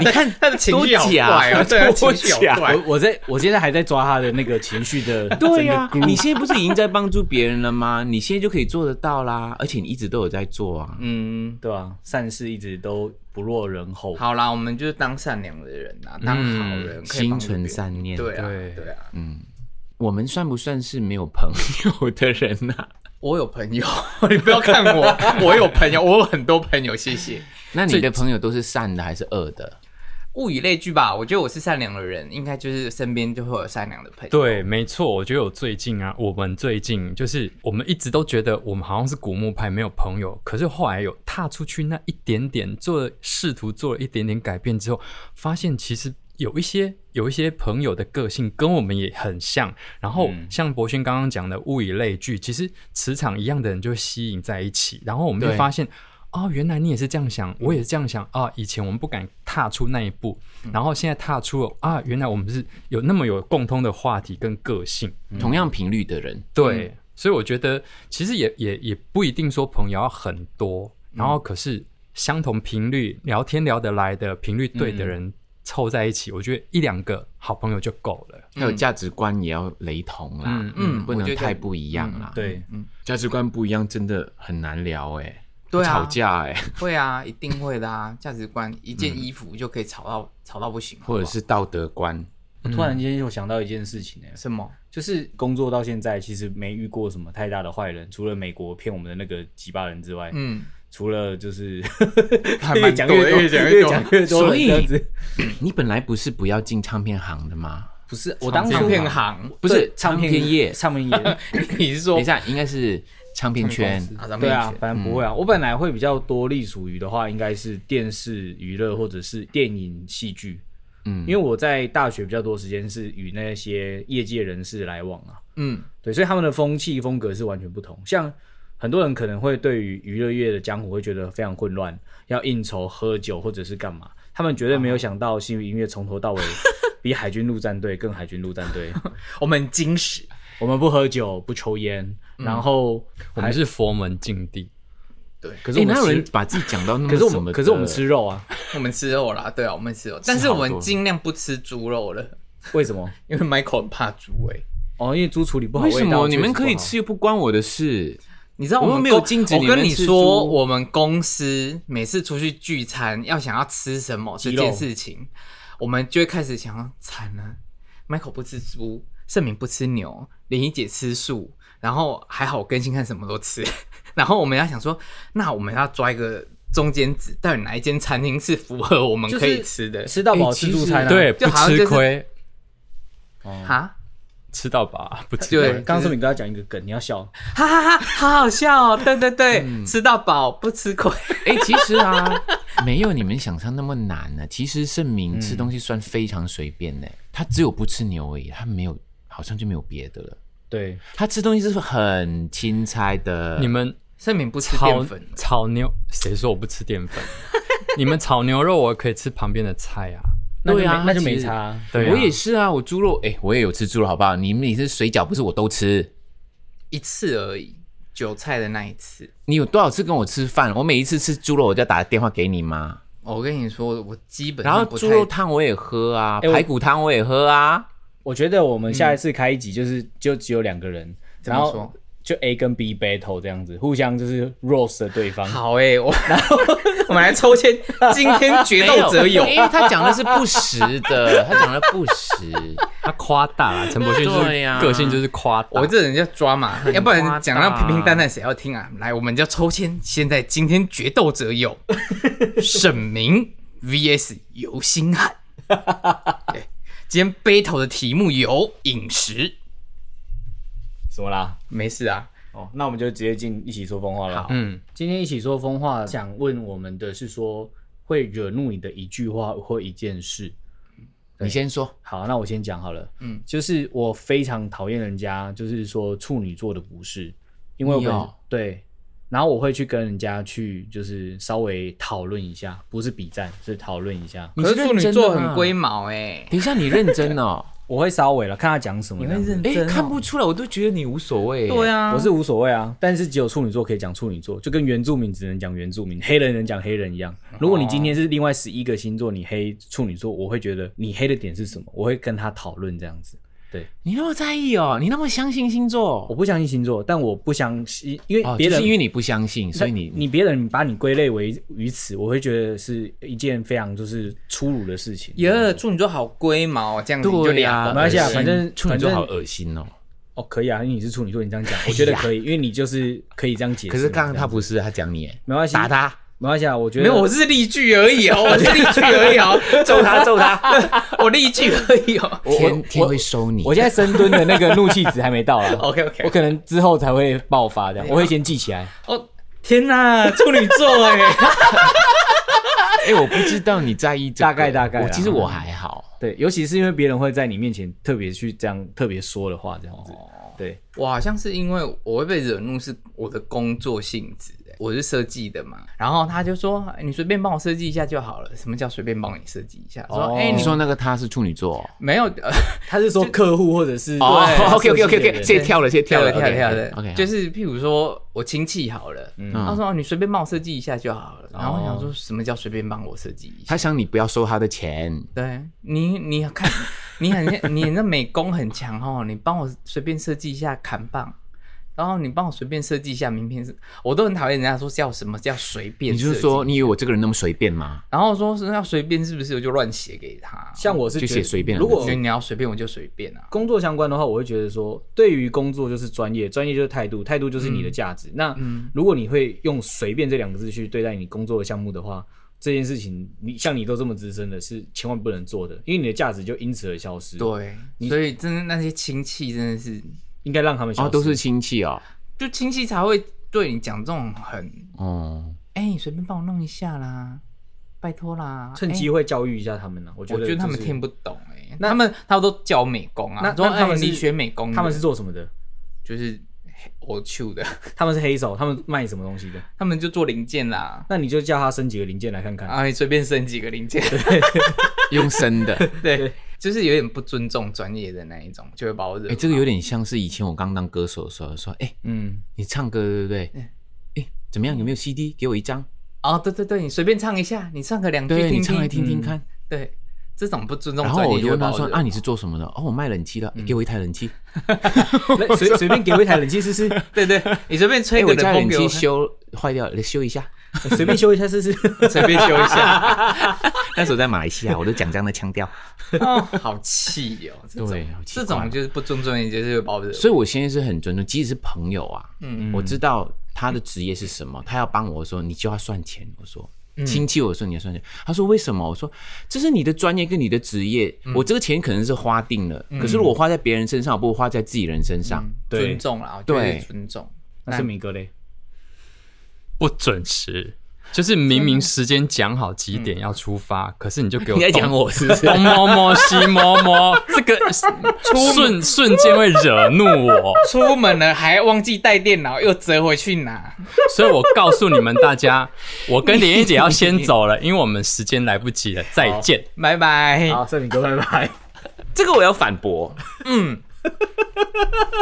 Speaker 2: 你看
Speaker 6: 他的情绪好
Speaker 2: 多假
Speaker 6: 怪哦，对啊，
Speaker 2: 多
Speaker 6: 情绪好
Speaker 2: 假
Speaker 6: 怪。
Speaker 4: 我我在我现在还在抓他的那个情绪的
Speaker 2: 对呀、
Speaker 4: 呀、
Speaker 2: 你现在不是已经在帮助别人了 吗？你现在就可以做得到啦，而且你一直都有在做啊。
Speaker 3: 嗯，
Speaker 4: 对啊，善事一直都不落人后。
Speaker 3: 好啦，我们就是当善良的人啊，当好人，可以
Speaker 2: 嗯心
Speaker 3: 帮助别
Speaker 2: 存
Speaker 3: 人
Speaker 2: 善念，
Speaker 3: 对啊，
Speaker 5: 对
Speaker 3: 对啊，
Speaker 2: 嗯，我们算不算是没有朋 友的人啊呐、
Speaker 3: 我有朋友， 你不要看我， 我有朋友，我有很多朋友，谢谢。
Speaker 2: 那你的朋友都是善的还是恶的？
Speaker 3: 物以类聚吧，我觉得我是善良的人，应该就是身边就会有善良的朋友。嗯
Speaker 5: 对，没错，我觉得我最近啊，我们最近就是我们一直都觉得我们好像是古墓派，没有朋友。可是后来有踏出去那一点点，做了试图做了一点点改变之后，发现其实有一些有一些朋友的个性跟我们也很像。然后像博轩刚刚讲的物以类聚，其实磁场一样的人就会吸引在一起。然后我们就
Speaker 2: 对
Speaker 5: 发现。哦，原来你也是这样想，
Speaker 3: 嗯
Speaker 5: 我也是这样想啊。以前我们不敢踏出那一步，然后现在踏出了啊，原来我们是有那么有共通的话题跟个性。
Speaker 3: 嗯
Speaker 2: 同样频率的人，
Speaker 5: 对，所以我觉得其实也也也不一定说朋友要很多，
Speaker 3: 嗯
Speaker 5: 然后可是相同频率聊天聊得来的频率对
Speaker 3: 嗯
Speaker 5: 的人凑在一起，我觉得一两个好朋友就够了。
Speaker 2: 还有价值观也要雷同啦，
Speaker 5: 嗯
Speaker 3: 嗯
Speaker 2: 不
Speaker 3: 我觉
Speaker 2: 能
Speaker 3: 得嗯
Speaker 2: 太不一样啦。，
Speaker 4: 对，
Speaker 2: 价值观不一样真的很难聊哎、
Speaker 3: 对啊
Speaker 2: 吵架哎、
Speaker 3: 会啊，一定会的啊，价值观，一件衣服就可以吵到吵到不行，
Speaker 2: 或者是道德观，
Speaker 4: 我突然间又想到一件事情呢、欸
Speaker 3: 什么？
Speaker 4: 就是工作到现在，其实没遇过什么太大的坏人，除了美国骗我们的那个鸡巴人之外，
Speaker 3: 嗯，
Speaker 4: 除了就是
Speaker 3: 还蛮
Speaker 4: 越讲
Speaker 3: 多
Speaker 4: 越多，
Speaker 3: 越讲越
Speaker 4: 越
Speaker 3: 多
Speaker 4: 讲越多了，
Speaker 2: 所以
Speaker 4: 这样子
Speaker 2: 你本来不是不要进唱片行的吗？
Speaker 4: 不是我当初
Speaker 3: 唱片行，
Speaker 2: 不是
Speaker 4: 对唱
Speaker 2: 唱片业
Speaker 4: 唱片业，
Speaker 3: 你是说
Speaker 2: 等一下，应该是唱片圈，
Speaker 3: 啊？咱们
Speaker 4: 对啊
Speaker 3: 以，前
Speaker 4: 反正不会
Speaker 2: 嗯
Speaker 4: 啊。我本来会比较多隶属于的话，应该是电视娱乐或者是电影戏剧。
Speaker 2: 嗯
Speaker 4: 因为我在大学比较多时间是与那些业界人士来往啊，
Speaker 3: 嗯，
Speaker 4: 对，所以他们的风气风格是完全不同。像很多人可能会对于娱乐业的江湖会觉得非常混乱，要应酬、喝酒或者是干嘛，他们绝对没有想到新宇音乐从头 到尾比海军陆战队更海军陆战队。
Speaker 3: 我们很矜持，
Speaker 4: 我们不喝酒，不抽烟，
Speaker 2: 嗯
Speaker 4: 然后
Speaker 5: 我们是佛门禁地，
Speaker 4: 可
Speaker 2: 可
Speaker 4: 是我们
Speaker 2: 哪有人
Speaker 4: 吃，
Speaker 2: 把自己讲到那么
Speaker 4: 可是我
Speaker 2: 什么
Speaker 4: 们
Speaker 2: 的
Speaker 4: 可是我们吃肉啊，
Speaker 3: 我们吃肉啦，对啊，我们吃肉，但是
Speaker 2: 好
Speaker 3: 我
Speaker 2: 多
Speaker 3: 们尽量不吃猪肉了，
Speaker 4: 为什么？
Speaker 3: 因为 Michael 很怕猪哎。
Speaker 4: 哦，因为猪处理不好
Speaker 2: 为
Speaker 4: 味道，
Speaker 2: 什么你
Speaker 4: 确
Speaker 2: 们
Speaker 4: 实不
Speaker 2: 可以
Speaker 4: 好？
Speaker 2: 吃又不关我的事？
Speaker 3: 你知道们
Speaker 2: 我们没有
Speaker 3: 公
Speaker 2: 禁止
Speaker 3: 我
Speaker 2: 你
Speaker 3: 跟
Speaker 2: 们
Speaker 3: 你
Speaker 2: 吃
Speaker 3: 说，
Speaker 2: 猪
Speaker 3: 我们公司每次出去聚餐，要想要吃什么这
Speaker 4: 鸡肉
Speaker 3: 件事情，我们就会开始想要惨了、Michael 不吃猪，盛敏不吃牛，林怡姐吃素，然后还好我更新看什么都吃， 然后我们要想说，那我们要抓一个中间值，到底哪一间餐厅是符合我们
Speaker 4: 就是
Speaker 3: 可以吃的？
Speaker 4: 吃到
Speaker 2: 哎
Speaker 4: 饱吃助餐啊，
Speaker 5: 对，不
Speaker 3: 哎就好像
Speaker 5: 吃
Speaker 3: 就是
Speaker 5: 亏，
Speaker 3: 哈，
Speaker 5: 吃到饱 不吃
Speaker 3: 对
Speaker 5: 亏。
Speaker 4: 刚刚说你跟他讲一个梗，你要笑，
Speaker 3: 哈哈哈，好好笑哦！对对对，
Speaker 2: 嗯
Speaker 3: 吃到饱不吃亏。
Speaker 2: 哎、其实啊， 没有你们想象那么难呢、其实盛明
Speaker 4: 嗯
Speaker 2: 吃东西算非常随便呢、他只有不吃牛而已，他没有，好像就没有别的了。
Speaker 4: 对，
Speaker 2: 他吃东西是很钦差的。
Speaker 5: 你们
Speaker 3: 盛敏不吃
Speaker 5: 炒
Speaker 3: 淀粉，
Speaker 5: 炒牛，谁说我不吃淀 粉？你们炒牛肉，我可以吃旁边的菜啊。
Speaker 4: 那就
Speaker 2: 对啊
Speaker 4: 没那就
Speaker 2: 他其
Speaker 4: 没
Speaker 2: 实
Speaker 4: 差啊。
Speaker 5: 对啊
Speaker 2: 我也是啊，我猪肉，哎、我也有吃猪肉，好不好？你们也是水饺，不是我都吃。
Speaker 3: 一次而已，韭菜的那一次。
Speaker 2: 你有多少次跟我吃饭？我每一次吃猪肉，我就要打电话给你吗？
Speaker 3: 我跟你说，我基本
Speaker 2: 然后
Speaker 3: 上不太
Speaker 2: 猪肉汤我也喝啊，
Speaker 4: 我
Speaker 2: 排骨汤我也喝啊。
Speaker 4: 我觉得我们下一次开一集就是就只有两个人，
Speaker 3: 怎
Speaker 4: 然
Speaker 3: 么
Speaker 4: 后
Speaker 3: 说
Speaker 4: 就 A 跟 B battle 这样子，互相就是 roast 对方。
Speaker 3: 好哎、我 然后我们来抽 签，今天决斗者有
Speaker 2: 因为他讲的是不实的，他讲的不实。
Speaker 5: 他啊夸大 了，陈柏迅就
Speaker 2: 对啊呀
Speaker 5: 是个性就是夸大。
Speaker 3: 我这人叫抓嘛，要不
Speaker 2: 夸
Speaker 3: 然
Speaker 2: 大
Speaker 3: 讲到平平淡淡谁要听啊？来，我们叫抽签，现在今天决斗者 有沈明 VS 尤星 汉。对，今天 battle 的题目有饮食，
Speaker 4: 什么啦？
Speaker 3: 没事啊，
Speaker 4: 哦，那我们就直接进一起说风话了。
Speaker 5: 嗯，
Speaker 4: 今天一起说风话，想问我们的是说会惹怒你的一句话或一件事。
Speaker 2: 你先说，
Speaker 4: 好，那我先讲好了。
Speaker 3: 嗯
Speaker 4: 嗯，就是我非常讨厌人家，就是说处女座的不是，因为我
Speaker 2: 你
Speaker 4: 本、
Speaker 2: 哦
Speaker 4: 对，然后我会去跟人家去就是稍微讨论一下，不是比战，是讨论一下。
Speaker 2: 你
Speaker 3: 可是
Speaker 2: 认
Speaker 3: 处女
Speaker 2: 真的啊
Speaker 3: 座
Speaker 2: 吗
Speaker 3: 很龟毛哎、
Speaker 2: 等一下，你认真哦。
Speaker 4: 我会稍微了，看他讲什么
Speaker 3: 你
Speaker 4: 这
Speaker 3: 会
Speaker 4: 样子。
Speaker 3: 认
Speaker 2: 哎、
Speaker 3: 真、哦？
Speaker 2: 看不出来，我都觉得你无所谓、
Speaker 3: 对
Speaker 2: 啊，
Speaker 3: 啊，
Speaker 4: 我是无所谓啊，但是只有处女座可以讲处女座，就跟原住民只能讲原住民，黑人能讲黑人一样。如果你今天是另外十一个星座，你黑处女座，我会觉得你黑的点是什么，我会跟他讨论这样子。
Speaker 2: 你那么在意哦，你那么相信星
Speaker 4: 我
Speaker 2: 座，
Speaker 4: 不相信星座，但我不相信，因为
Speaker 2: 哦，
Speaker 4: 别
Speaker 2: 就
Speaker 4: 人、
Speaker 2: 是因为你不相信，所以你
Speaker 4: 你别人把你归类为于此，我会觉得是一件非常就是粗鲁的事情。
Speaker 3: 耶，处女座好龟毛，啊这样子你就
Speaker 2: 对
Speaker 3: 俩
Speaker 2: 呀、
Speaker 3: 狗
Speaker 4: 没关系啊
Speaker 2: 恶心
Speaker 4: 反正
Speaker 2: 处女座
Speaker 4: 反正
Speaker 2: 好恶心哦。
Speaker 4: 哦，可以啊，因为你是处女座，你这样讲，我觉得可以，因为你就是可以这样解释嘛。
Speaker 2: 哎可是刚刚
Speaker 4: 这样
Speaker 2: 他不是，他讲你耶，
Speaker 4: 没关系，
Speaker 2: 打他，
Speaker 4: 没关系啊，我觉得
Speaker 3: 没有，我是例句而已哦，我是例句而已哦，
Speaker 2: 揍他，揍他，
Speaker 3: 我例句而已哦。
Speaker 2: 天天会收你。
Speaker 4: 我现在深蹲的那个怒气值还没 到啦。
Speaker 2: 哦
Speaker 3: OK
Speaker 4: 我
Speaker 3: OK，
Speaker 4: 可能之后才会爆发，这样
Speaker 2: 哎
Speaker 4: 我会先记起来。
Speaker 3: 哦，天哪，处女座哎，
Speaker 2: 哎、我不知道你在意这个，
Speaker 4: 大概大概啦
Speaker 2: 我其实我还好，
Speaker 4: 对，尤其是因为别人会在你面前特别去这样特别说的话，这样子。
Speaker 2: 哦
Speaker 4: 对，
Speaker 3: 我好像是因为我会被惹怒，是我的工作性质欸，我是设计的嘛。然后他就说，哎你随便帮我设计一下就好了。什么叫随便帮你设计一下？
Speaker 4: 哦
Speaker 3: 说，哎，
Speaker 2: 你
Speaker 3: 你
Speaker 2: 说那个他是处女座
Speaker 3: 没有？呃
Speaker 4: 他是说客户或者是
Speaker 2: 哦
Speaker 4: 对
Speaker 2: ，OK OK OK
Speaker 4: 设计的
Speaker 2: OK，
Speaker 4: 人
Speaker 2: 谢谢跳了，谢谢跳了，
Speaker 3: 跳了跳了
Speaker 2: OK，
Speaker 3: 就是譬如说我亲戚好了，他说哦你随便帮我设计一下就好了。然后我想说什么叫随便帮我设计一下
Speaker 2: 他？想你不要收他的钱，
Speaker 3: 对你，你看，你很你那美工很强哦，你帮我随便设计一下砍棒，然后你帮我随便设计一下名片是，我都很讨厌人家说叫什么叫随便
Speaker 2: 你
Speaker 3: 设计，
Speaker 2: 就是说你以为我这个人那么随便吗？
Speaker 3: 然后说是要随便是不是？我就乱写给他，
Speaker 4: 像我是
Speaker 2: 就
Speaker 4: 觉
Speaker 2: 写
Speaker 4: 得
Speaker 2: 随便
Speaker 4: 如
Speaker 3: 我
Speaker 4: 果
Speaker 3: 觉得你要随便我就随便啊，
Speaker 4: 工作相关的话，我会觉得说，对于工作就是专业，专业就是态度，态度就是
Speaker 3: 嗯
Speaker 4: 你的价值。那如果你会用“随便”这两个字去对待你工作的项目的话，这件事情你像你都这么资深的，是千万不能做的，因为你的价值就因此而消失。，
Speaker 3: 对，所以真的那些亲戚真的是，
Speaker 4: 应该让他们消
Speaker 2: 哦，
Speaker 4: 失。
Speaker 2: 都是亲戚哦，
Speaker 3: 就亲戚才会对你讲这种很，
Speaker 2: 哦，
Speaker 3: 哎、你随便帮我弄一下啦，拜托啦，
Speaker 4: 趁
Speaker 3: 哎
Speaker 4: 机会教育一下他们呢、啊我觉
Speaker 3: 我
Speaker 4: 得、
Speaker 3: 觉得他们
Speaker 4: 就是
Speaker 3: 听不懂哎、那他们他们都教美工啊，
Speaker 4: 那
Speaker 3: 说
Speaker 4: 那他
Speaker 3: 哎
Speaker 4: 们是
Speaker 3: 你学美工的，
Speaker 4: 他们是做什么的？
Speaker 3: 就是我去的，
Speaker 4: 他们是黑手，他们卖什么东西的？
Speaker 3: 他们就做零件啦，
Speaker 4: 那你就叫他升几个零件来看看。
Speaker 3: 然后你随便升几个零件，
Speaker 2: 用生的，
Speaker 3: 对，就是有点不尊重专业的那一种，就会把我惹
Speaker 2: 哎、
Speaker 3: 毛。
Speaker 2: 这个有点像是以前我刚当歌手的时候说，哎、
Speaker 4: 嗯，
Speaker 2: 你唱歌对不对？哎、怎么样？有没有 CD？给我一张，
Speaker 3: 哦，对对对，你随便唱一下，你唱个两句
Speaker 2: 对
Speaker 3: 嗯听
Speaker 2: 你唱来听听看。
Speaker 3: 对，这种不尊重
Speaker 2: 然后
Speaker 3: 专
Speaker 2: 我
Speaker 3: 业就
Speaker 2: 就
Speaker 3: 会
Speaker 2: 问
Speaker 3: 把
Speaker 2: 他
Speaker 3: 我
Speaker 2: 说
Speaker 3: 惹毛
Speaker 2: 啊，你是做什么的？哦，我卖冷气的，哎给我一台冷气。
Speaker 4: 那随随便给我一台冷气试试，
Speaker 3: 对对，你随便吹
Speaker 2: 哎，
Speaker 3: 个
Speaker 2: 我
Speaker 3: 冷
Speaker 2: 家
Speaker 3: 风
Speaker 2: 冷
Speaker 3: 给
Speaker 2: 气
Speaker 3: 我，
Speaker 2: 修坏掉了，来修一下。
Speaker 4: 随便修一下试试。
Speaker 3: 随便修一下，
Speaker 2: 那时候在马来西亚，我都讲这样的腔调，
Speaker 3: 哦，好气哦，这种
Speaker 2: 对好奇
Speaker 3: 这
Speaker 2: 怪
Speaker 3: 种就是不尊重专业，就是会把我惹毛。
Speaker 2: 所以我现在是很尊重，即使是朋友啊，
Speaker 3: 嗯
Speaker 2: 我知道他的职业是什么，他要帮我的时候，你就要算钱。我说。
Speaker 3: 嗯
Speaker 2: 亲戚，我说你要算钱，他说为什么？我说这是你的专业跟你的职业，
Speaker 3: 嗯
Speaker 2: 我这个钱可能是花定了，可是如果花在别人身上，我不如花在自己人身上。
Speaker 3: 嗯
Speaker 4: 对
Speaker 3: 尊重啦，我觉得
Speaker 2: 对
Speaker 3: 是尊重。
Speaker 4: 那是明哥嘞，
Speaker 5: 不准时，就是明明时间讲好几点要出发，可是你就给
Speaker 2: 嗯
Speaker 5: 我
Speaker 2: 你在讲
Speaker 5: 东
Speaker 2: 我是不是？
Speaker 5: 东摸摸西摸摸， 这个瞬瞬间会惹怒我，
Speaker 3: 出门了还忘记带电脑，又折回去拿。
Speaker 5: 所以我告诉你们大家，我跟莲叶姐要先走了，因为我们时间来不及了，再 见。
Speaker 3: 拜拜。
Speaker 4: 好，盛明哥拜拜。
Speaker 2: 这个我要反驳。嗯 嗯，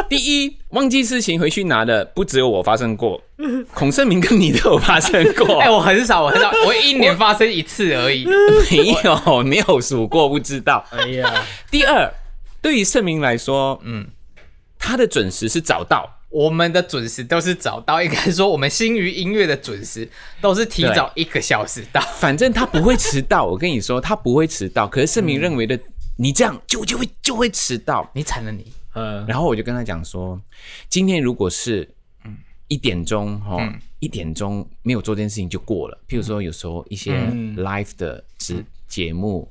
Speaker 2: 第一，忘记事情回去拿的不只有我发生过，孔圣明跟你都有发生过。
Speaker 3: 哎、我很少，我很少，我一年发生一次而已。
Speaker 2: 没有，没有数过，不知道。
Speaker 4: 哎呀，
Speaker 2: 第二，对于圣明来说，嗯，他的准时是早到，
Speaker 3: 我们的准时都是早到，应该说我们星娱音乐的准时都是提早一个小时到。
Speaker 2: 反正他不会迟到。我跟你说，他不会迟到。可是圣明认为的，你这样就就会就会迟到。
Speaker 3: 你惨了你，
Speaker 4: 嗯，
Speaker 2: 然后我就跟他讲说，今天如果是一点钟哈，
Speaker 3: 嗯
Speaker 2: 一点钟没有做这件事情就过了。譬如说，有时候一些
Speaker 4: 嗯
Speaker 2: live 的节节目，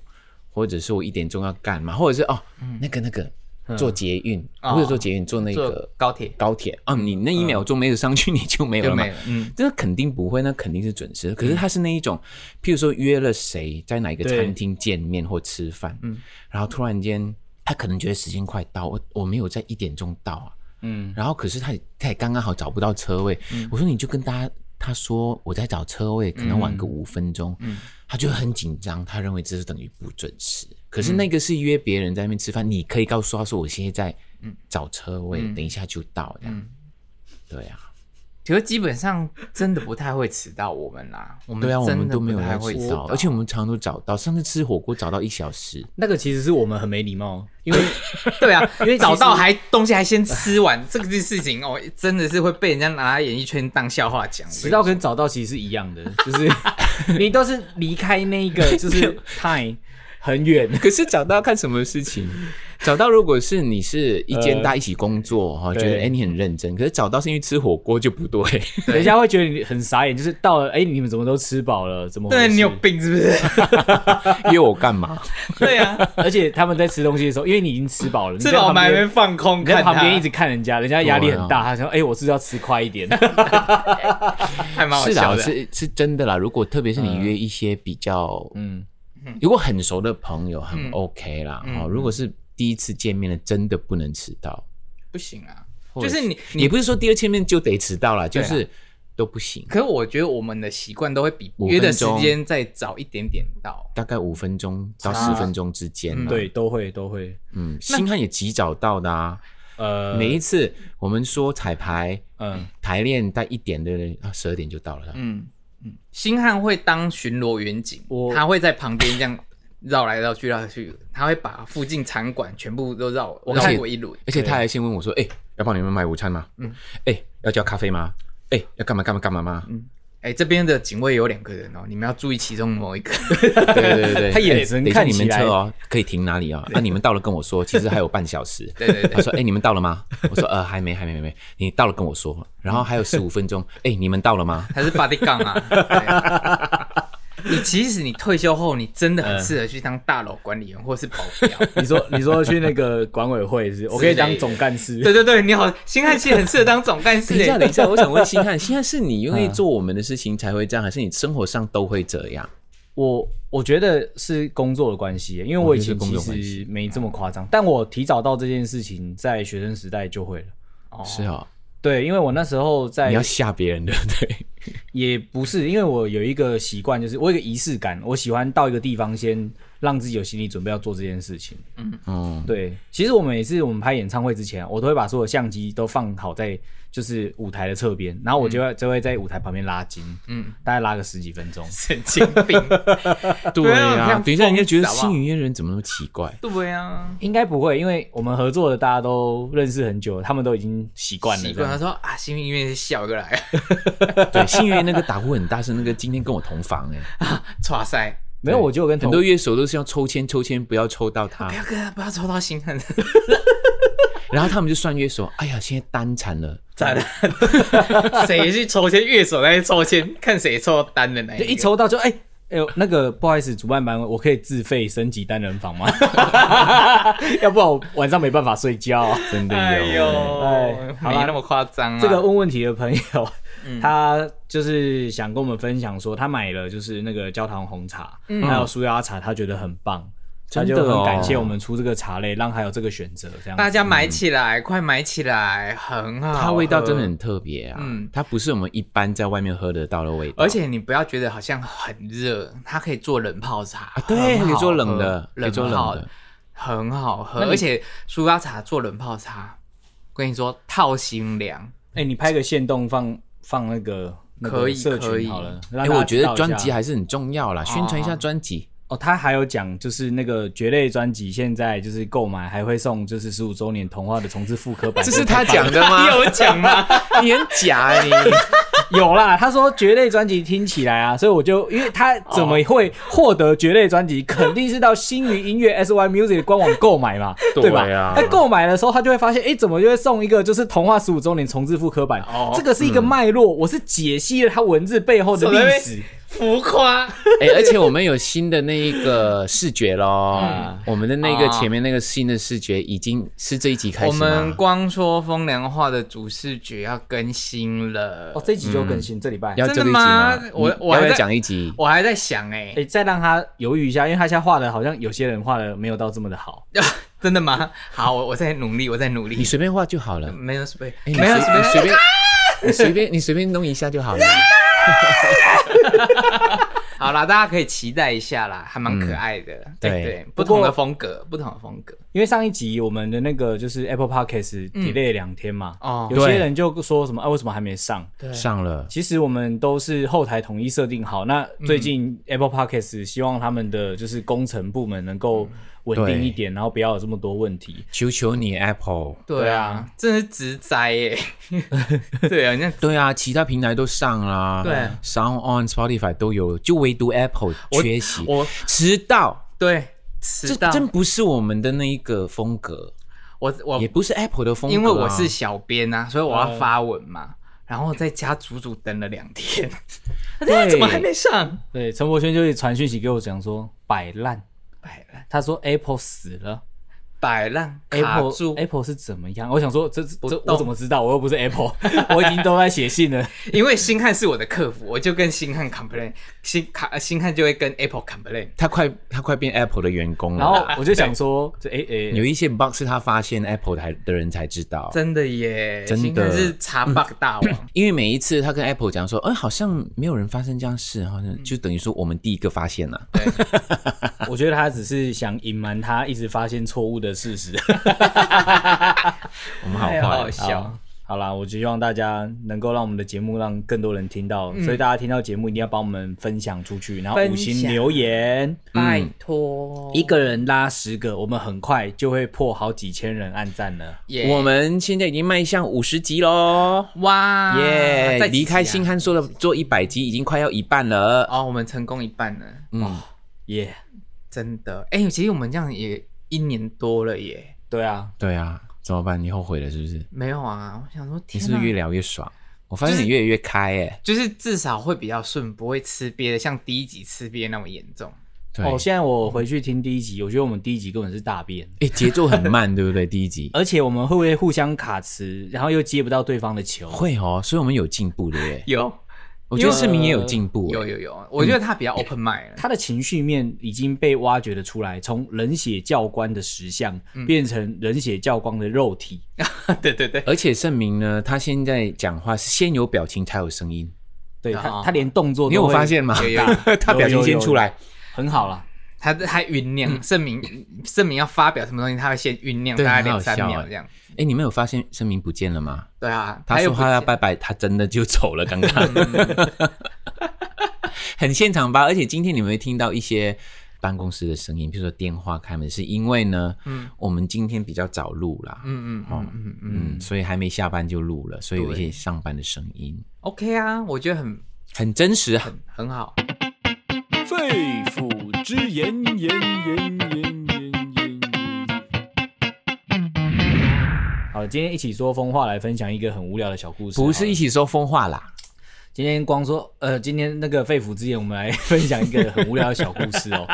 Speaker 2: 或者是我一点钟要干嘛，或者是哦那个那个做捷运，
Speaker 3: 哦
Speaker 2: 或者做捷运做那
Speaker 3: 坐
Speaker 2: 个
Speaker 3: 高铁
Speaker 2: 高铁，哦，你那一秒钟没有上去，你就没有
Speaker 3: 就
Speaker 2: 了嘛
Speaker 3: 没。了。嗯，
Speaker 2: 这肯定不会，那肯定是准时。可是他是那一种，譬如说约了谁在哪一个
Speaker 4: 对
Speaker 2: 餐厅见面或吃饭，
Speaker 3: 嗯
Speaker 2: 然后突然间他可能觉得时间快到，我我没有在一点钟到啊，嗯，然后可是他也他也刚刚好找不到车位，
Speaker 3: 嗯
Speaker 2: 我说你就跟大家他说我在
Speaker 3: 嗯
Speaker 2: 找车位，可能晚个五分钟，他就很紧张，他认为这是等于不准时，可
Speaker 3: 嗯
Speaker 2: 是那个是约别人在那边吃饭，你可以告诉他说我现在在找车位，
Speaker 3: 嗯
Speaker 2: 等一下就到这样。
Speaker 3: 嗯
Speaker 2: 对啊，
Speaker 3: 可是基本上真的不太会迟到我们啦，我们
Speaker 2: 对啊，我
Speaker 3: 真
Speaker 2: 们
Speaker 3: 的
Speaker 2: 都没
Speaker 3: 不
Speaker 2: 有
Speaker 3: 太
Speaker 2: 在
Speaker 3: 会
Speaker 2: 迟
Speaker 3: 迟
Speaker 2: 到，而且我们常常都找到。上次吃火锅找到一小时，
Speaker 4: 那个其实是我们很没礼貌，因 为
Speaker 3: 对啊，
Speaker 4: 因为其实
Speaker 3: 找到还东西还先吃完，这个事情哦，真的是会被人家拿来演艺圈当笑话讲。
Speaker 4: 迟到跟早到其实是一样的，就是 你都是离开那个就是 time 很远，
Speaker 2: 可是找到看什么事情？找到如果是你是一间
Speaker 4: 呃
Speaker 2: 大家一起工作哈，觉得哎、
Speaker 4: 对
Speaker 2: 诶你很认真，可是找到是因为吃火锅就不对。
Speaker 4: 人家会觉得你很傻眼，就是到了哎、你们怎么都吃饱了，怎么回
Speaker 3: 对
Speaker 4: 事
Speaker 3: 你有病是不是？
Speaker 2: 约我干嘛？
Speaker 3: 对啊，
Speaker 4: 而且他们在吃东西的时候，因为你已经吃饱了，
Speaker 3: 吃饱我们还没
Speaker 4: 边，
Speaker 3: 放空
Speaker 4: 你在
Speaker 3: 看他，啊
Speaker 4: 旁边一直看人家，人家压力很
Speaker 2: 对
Speaker 4: 大，他想哎、我是不是要吃快一 点？
Speaker 3: 还 蛮好
Speaker 2: 是
Speaker 3: 笑
Speaker 2: 啦，
Speaker 3: 的。嗯
Speaker 2: 是是真的啦。如果特别是你约一些比较，嗯，如果很熟的朋友，很
Speaker 3: 嗯
Speaker 2: OK 啦。
Speaker 3: 嗯
Speaker 2: 哦，如果是第一次见面的，真的不能迟到。
Speaker 3: 不行啊，
Speaker 2: 或
Speaker 3: 就
Speaker 2: 者
Speaker 3: 是你你
Speaker 2: 也不是说第二见面就得迟到啦，就
Speaker 3: 对啊
Speaker 2: 是都不行。
Speaker 3: 可是我觉得我们的习惯都会比
Speaker 2: 五分
Speaker 3: 约的时
Speaker 2: 钟
Speaker 3: 间再早一点点到。
Speaker 2: 大概五分钟到
Speaker 3: 差
Speaker 2: 十分钟之间、
Speaker 3: 嗯
Speaker 2: 啊，
Speaker 4: 对，都会都会，
Speaker 2: 嗯，星汉也极早到的啊。
Speaker 4: 呃，
Speaker 2: 每一次我们说彩排，
Speaker 4: 嗯
Speaker 2: 嗯，排练在一点对不对？啊，十二点就到了。
Speaker 3: 嗯嗯，星汉会当巡逻员警，
Speaker 4: 我
Speaker 3: 他会在旁边这样绕来绕去绕来绕去，他会把附近场馆全部都绕
Speaker 2: 我
Speaker 3: 绕
Speaker 2: 看
Speaker 3: 过一轮。
Speaker 2: 而且他还先问我说：“哎、要帮你们买午餐吗？嗯，哎、要叫咖啡吗？哎、要干嘛干嘛干嘛吗？”
Speaker 3: 哎、这边的警卫有两个人哦，你们要注意其中某一个。
Speaker 2: 对对对对，
Speaker 4: 他眼神
Speaker 2: 哎等一下
Speaker 4: 看
Speaker 2: 你
Speaker 4: 起
Speaker 2: 们
Speaker 4: 来
Speaker 2: 车哦，可以停哪里哦？啊，你们到了跟我说，其实还有半小 时。
Speaker 3: 对对对
Speaker 2: 他说：“哎，你们到了吗？”我说：“呃，还没，还没，还没。”你到了跟我说，然后还有十五分钟。 哎，你们到了吗？
Speaker 3: 他是 body 杠啊。对你其实你退休后，你真的很适合去当大楼管理员或是保镖。
Speaker 4: 你说你说去那个管委会是，我可以当总干事，
Speaker 3: 对对对，你好，星汉其实很适合当总干事
Speaker 2: 等一下，
Speaker 3: 哎
Speaker 2: 等一下，我想问星汉，星汉是你愿意做我们的事情才会这样，还是你生活上都会这样？
Speaker 4: 我我觉得是工作的关系，因为我以前
Speaker 2: 我哦觉得是工
Speaker 4: 其
Speaker 2: 作关系
Speaker 4: 实没这么夸张，但我提早到这件事情在学生时代就会了。
Speaker 2: 是哦，
Speaker 4: 对，因为我那时候在
Speaker 2: 你要吓别人，对不对？
Speaker 4: 也不是，因为我有一个习惯，就是我有一个仪式感，我喜欢到一个地方先让自己有心理准备要做这件事情。
Speaker 2: 嗯，
Speaker 4: 对，其实我们也是，我们拍演唱会之前，啊我都会把所有相机都放好在就是舞台的侧边，然
Speaker 2: 嗯
Speaker 4: 后我就会、就会在舞台旁边拉筋，嗯，大概拉个十几分钟。
Speaker 3: 神经病。
Speaker 2: 对
Speaker 3: 啊像
Speaker 2: 等一下人家觉得
Speaker 3: 疯子好不好
Speaker 2: 星云夜人怎么那么奇怪？
Speaker 3: 对啊，
Speaker 4: 应该不会，因为我们合作的大家都认识很久了，他们都已经习惯了
Speaker 3: 习
Speaker 4: 这
Speaker 3: 惯。他
Speaker 4: 样。
Speaker 3: 说啊，星云院笑一个来，
Speaker 2: 对，星云那个打呼很大声，那个今天跟我同房哎，
Speaker 3: 哇塞，
Speaker 4: 没有，我就有跟
Speaker 2: 很
Speaker 4: 同
Speaker 2: 多乐手都是要抽签，抽签不要抽到他
Speaker 3: 不。要跟不要抽到星汉，
Speaker 2: 然后他们就算约说，哎呀，现在单产了，
Speaker 3: 咋的？ 谁去抽签？乐手在抽签， 看谁抽到单的那
Speaker 4: 就一
Speaker 3: 一抽。
Speaker 4: 抽到就哎。哎呦，那个不好意思，主办班，我可以自费升级单人房 吗？要不然我晚上没办法睡觉。啊
Speaker 2: 真的
Speaker 3: 哎
Speaker 2: 有。
Speaker 3: 呦
Speaker 4: 哎，好啦
Speaker 3: 没那么夸张啊。
Speaker 4: 这个问问题的朋友，
Speaker 2: 嗯
Speaker 4: 他就是想跟我们分享说，他买了就是那个焦糖红茶，
Speaker 2: 嗯
Speaker 4: 还有苏压茶，他觉得很棒，他
Speaker 2: 真的
Speaker 4: 就很
Speaker 2: 哦
Speaker 4: 感谢我们出这个茶类，让他有这个选择。这样子
Speaker 3: 大家买起来，快买起来，很好。
Speaker 2: 它味道真的，很特别啊，
Speaker 3: 嗯
Speaker 2: 它不是我们一般在外面喝得到的味道，
Speaker 3: 而且你不要觉得好像很热，它可以做冷泡茶，
Speaker 2: 啊对，
Speaker 3: 很好
Speaker 2: 可以做
Speaker 3: 喝
Speaker 2: 冷的，可以
Speaker 3: 冷
Speaker 2: 做
Speaker 3: 泡
Speaker 2: 冷的，
Speaker 3: 很好喝，而且苏拉茶做冷泡茶，我跟你说套心凉。
Speaker 4: 哎，你拍个线动放放那个那个
Speaker 3: 可以
Speaker 4: 社
Speaker 3: 可以
Speaker 4: 群好了。
Speaker 2: 哎、
Speaker 4: 哎
Speaker 2: 我觉得专辑还是很重要
Speaker 3: 哦
Speaker 2: 啦，宣传一下专辑。
Speaker 4: 哦，他还有讲，就是那个蕨类专辑，现在就是购买还会送，就是十五周年童话的重置复刻 版。
Speaker 2: 这是他讲的吗？
Speaker 3: 有讲吗？
Speaker 2: 你很假啊 你！
Speaker 4: 有啦，他说蕨类专辑听起来啊，所以我就因为他怎么会获得蕨类专辑，肯定是到星云音乐 S Y Music 的官网购买嘛，对吧？
Speaker 2: 对啊
Speaker 4: 他购买的时候，他就会发现，哎、怎么就会送一个就是童话十五周年重置复刻版？
Speaker 3: 哦
Speaker 4: 这个是一
Speaker 2: 嗯
Speaker 4: 个脉络，我是解析了他文字背后的历史。
Speaker 3: 浮 夸，
Speaker 2: 哎、而且我们有新的那一个视觉咯，我们的那个
Speaker 3: 哦
Speaker 2: 前面那个新的视觉已经是这一集开
Speaker 3: 我
Speaker 2: 始吗
Speaker 3: 们光说风凉话的主视觉要更新了。
Speaker 4: 哦，这一集就
Speaker 3: 嗯
Speaker 4: 更新，这礼拜。
Speaker 2: 要
Speaker 4: 哎、
Speaker 2: 这个一集
Speaker 3: 真的吗
Speaker 2: 吗？
Speaker 3: 我
Speaker 2: 你
Speaker 3: 我还
Speaker 2: 要不要
Speaker 3: 在
Speaker 2: 讲一集？
Speaker 3: 嗯我还在想哎、
Speaker 4: 再让他犹豫一下，因为他现在画的好像有些人画的没有到这么的好。
Speaker 3: 真的吗？好，我我在努力，我在努
Speaker 2: 哎你
Speaker 3: 力。
Speaker 2: 随便画就好了，
Speaker 3: 没有随
Speaker 2: 哎
Speaker 3: 便，嗯没有
Speaker 2: 你
Speaker 3: 随
Speaker 2: 随你随
Speaker 3: 便，
Speaker 2: 便，你随便，你随便弄一下就好了。
Speaker 3: 好啦，大家可以期待一下啦，还蛮可爱的。
Speaker 2: 嗯对
Speaker 3: 不同的风格，不同的风格。
Speaker 4: 因为上一集我们的那个就是 Apple Podcast delay 两天嘛，
Speaker 3: 嗯哦
Speaker 4: 有些
Speaker 2: 对
Speaker 4: 人就说什么啊为什么还没上？
Speaker 3: 对
Speaker 2: 上了，
Speaker 4: 其实我们都是后台统一设定好。那最
Speaker 3: 嗯
Speaker 4: 近 Apple Podcast 希望他们的就是工程部门能
Speaker 3: 嗯
Speaker 4: 够稳定一点，然后不要有这么多问题。
Speaker 2: 求求你 Apple。
Speaker 3: 对啊，真是直栽 耶。对啊，那
Speaker 2: 对啊，其他平台都上啦，
Speaker 3: 对
Speaker 2: ，Sound On、Spotify 都有，就唯独 Apple 缺席，
Speaker 3: 我
Speaker 2: 迟到，
Speaker 3: 对
Speaker 2: 这
Speaker 3: 迟到，
Speaker 2: 真不是我们的那一个风格，
Speaker 3: 我我
Speaker 2: 也不是 Apple 的风格啊、
Speaker 3: 哦因
Speaker 2: 嗯
Speaker 3: 为我是小编啊，所以我要发文嘛。然后在家足足等了两天，
Speaker 4: 对
Speaker 3: 怎么还没上？
Speaker 4: 对，陈柏轩就传讯息给我讲说摆烂，
Speaker 3: 摆烂，
Speaker 4: 他说 Apple 死了
Speaker 3: 摆烂，卡
Speaker 4: ，Apple
Speaker 3: 住。
Speaker 4: Apple 是怎么样？我想说这这我
Speaker 3: 动
Speaker 4: 怎么知道？我又不是 Apple，我 已经都在写信了。
Speaker 3: 因为星汉是我的客服，我就跟星汉 complain，星卡呃星汉就会跟 Apple complain。
Speaker 2: 他快他快变 Apple 的员工了，
Speaker 4: 然后
Speaker 3: 嗯
Speaker 4: 我就想说，这哎哎
Speaker 2: 有，一些 bug 是他发现 Apple 台的人才知道，
Speaker 3: 真的耶，
Speaker 2: 真
Speaker 3: 星
Speaker 2: 的
Speaker 3: 汉是查 bug 大王。
Speaker 2: 因为每一次他跟 Apple 讲说，哎、好像没有人发生这样事，好
Speaker 3: 嗯
Speaker 2: 像就等于说我们第一个发现了。
Speaker 4: 我觉得他只是想隐瞒他一直发现错误的事实。
Speaker 2: 我们好
Speaker 3: 太
Speaker 2: 坏
Speaker 3: 哎好笑
Speaker 4: 好。好啦，我希望大家能够让我们的节目让更多人听到，所以大家听到节目一定要帮我们分享出去，然后
Speaker 3: 嗯分
Speaker 4: 五星
Speaker 3: 享
Speaker 4: 留言，
Speaker 3: 拜托，
Speaker 4: 一个人拉十个，我们很快就会破好几千人按赞了。
Speaker 3: 耶
Speaker 2: 我们现在已经迈向五十集喽，
Speaker 3: 哇
Speaker 2: 耶、
Speaker 3: 在
Speaker 2: 离开星汉说的做一百集已经快要一半了。
Speaker 3: 哦，我们成功一半了，
Speaker 2: 嗯，
Speaker 4: 耶、
Speaker 3: 真的。哎、其实我们这样也一年多了耶。
Speaker 4: 对啊，
Speaker 2: 对啊，怎么办？你后悔了是不是？
Speaker 3: 没有啊，我想说，
Speaker 2: 你
Speaker 3: 天
Speaker 2: 是不
Speaker 3: 啊
Speaker 2: 是越聊越爽？我发
Speaker 3: 就
Speaker 2: 现
Speaker 3: 是
Speaker 2: 你越来越开哎、
Speaker 3: 就是至少会比较顺，不会吃瘪的，像第一集吃瘪那么严重。
Speaker 2: 对，哎、
Speaker 4: 哦，现在我回去听第一集，我觉得我们第一集根本是大便，
Speaker 2: 节奏很慢， 对不对？第一集
Speaker 4: 而且我们会不会互相卡词，然后又接不到对方的球？
Speaker 2: 会哦，所以我们有进步的耶。
Speaker 3: 有
Speaker 2: 我觉得市民也有进步、
Speaker 3: 有
Speaker 2: 哎
Speaker 3: 有有，我觉得他比较 open mind 了。
Speaker 4: 他的情绪面已经被挖掘的出来，从冷血教官的石像
Speaker 2: 嗯
Speaker 4: 变成冷血教官的肉体。
Speaker 3: 对对对，
Speaker 2: 而且盛明呢，他现在讲话是先有表情才有声音，
Speaker 4: 对他
Speaker 3: 啊，
Speaker 4: 他连动作
Speaker 2: 你
Speaker 4: 都
Speaker 2: 有
Speaker 4: 会
Speaker 2: 发现吗
Speaker 3: 有有有？
Speaker 2: 他表情先出来，
Speaker 4: 很好啦。
Speaker 3: 他他酝
Speaker 2: 嗯
Speaker 3: 酿，盛明盛明要发表什么东西，他会先酝酿大
Speaker 2: 对
Speaker 3: 概
Speaker 2: 很
Speaker 3: 两
Speaker 2: 好
Speaker 3: 三
Speaker 2: 笑
Speaker 3: 秒
Speaker 2: 哎
Speaker 3: 这样。
Speaker 2: 哎、你们有发现声明不见了吗？
Speaker 3: 对啊，
Speaker 2: 他
Speaker 3: 又
Speaker 2: 说
Speaker 3: 不
Speaker 2: 他要
Speaker 3: 见嗯
Speaker 2: 拜拜，他真的就走了。刚刚很现场吧？而且今天你们会听到一些办公室的声音，比如说电话开门，是因为呢，嗯，我们今天比较早录啦，嗯
Speaker 3: 嗯嗯嗯嗯嗯
Speaker 2: 嗯，所以还没下班就录了，所以有一些上班的声音，
Speaker 3: ，OK 啊，我觉得很
Speaker 2: 很真实啊。
Speaker 3: 很很好。
Speaker 7: 肺腑之言，言言言言言言。
Speaker 4: 好，今天一起说疯话来分享一个很无聊的小故事。
Speaker 2: 不是一
Speaker 4: 起，
Speaker 2: 起说疯话啦，
Speaker 4: 今天光说呃，今天那个肺腑之言，我们来分享一个很无聊的小故事 哦。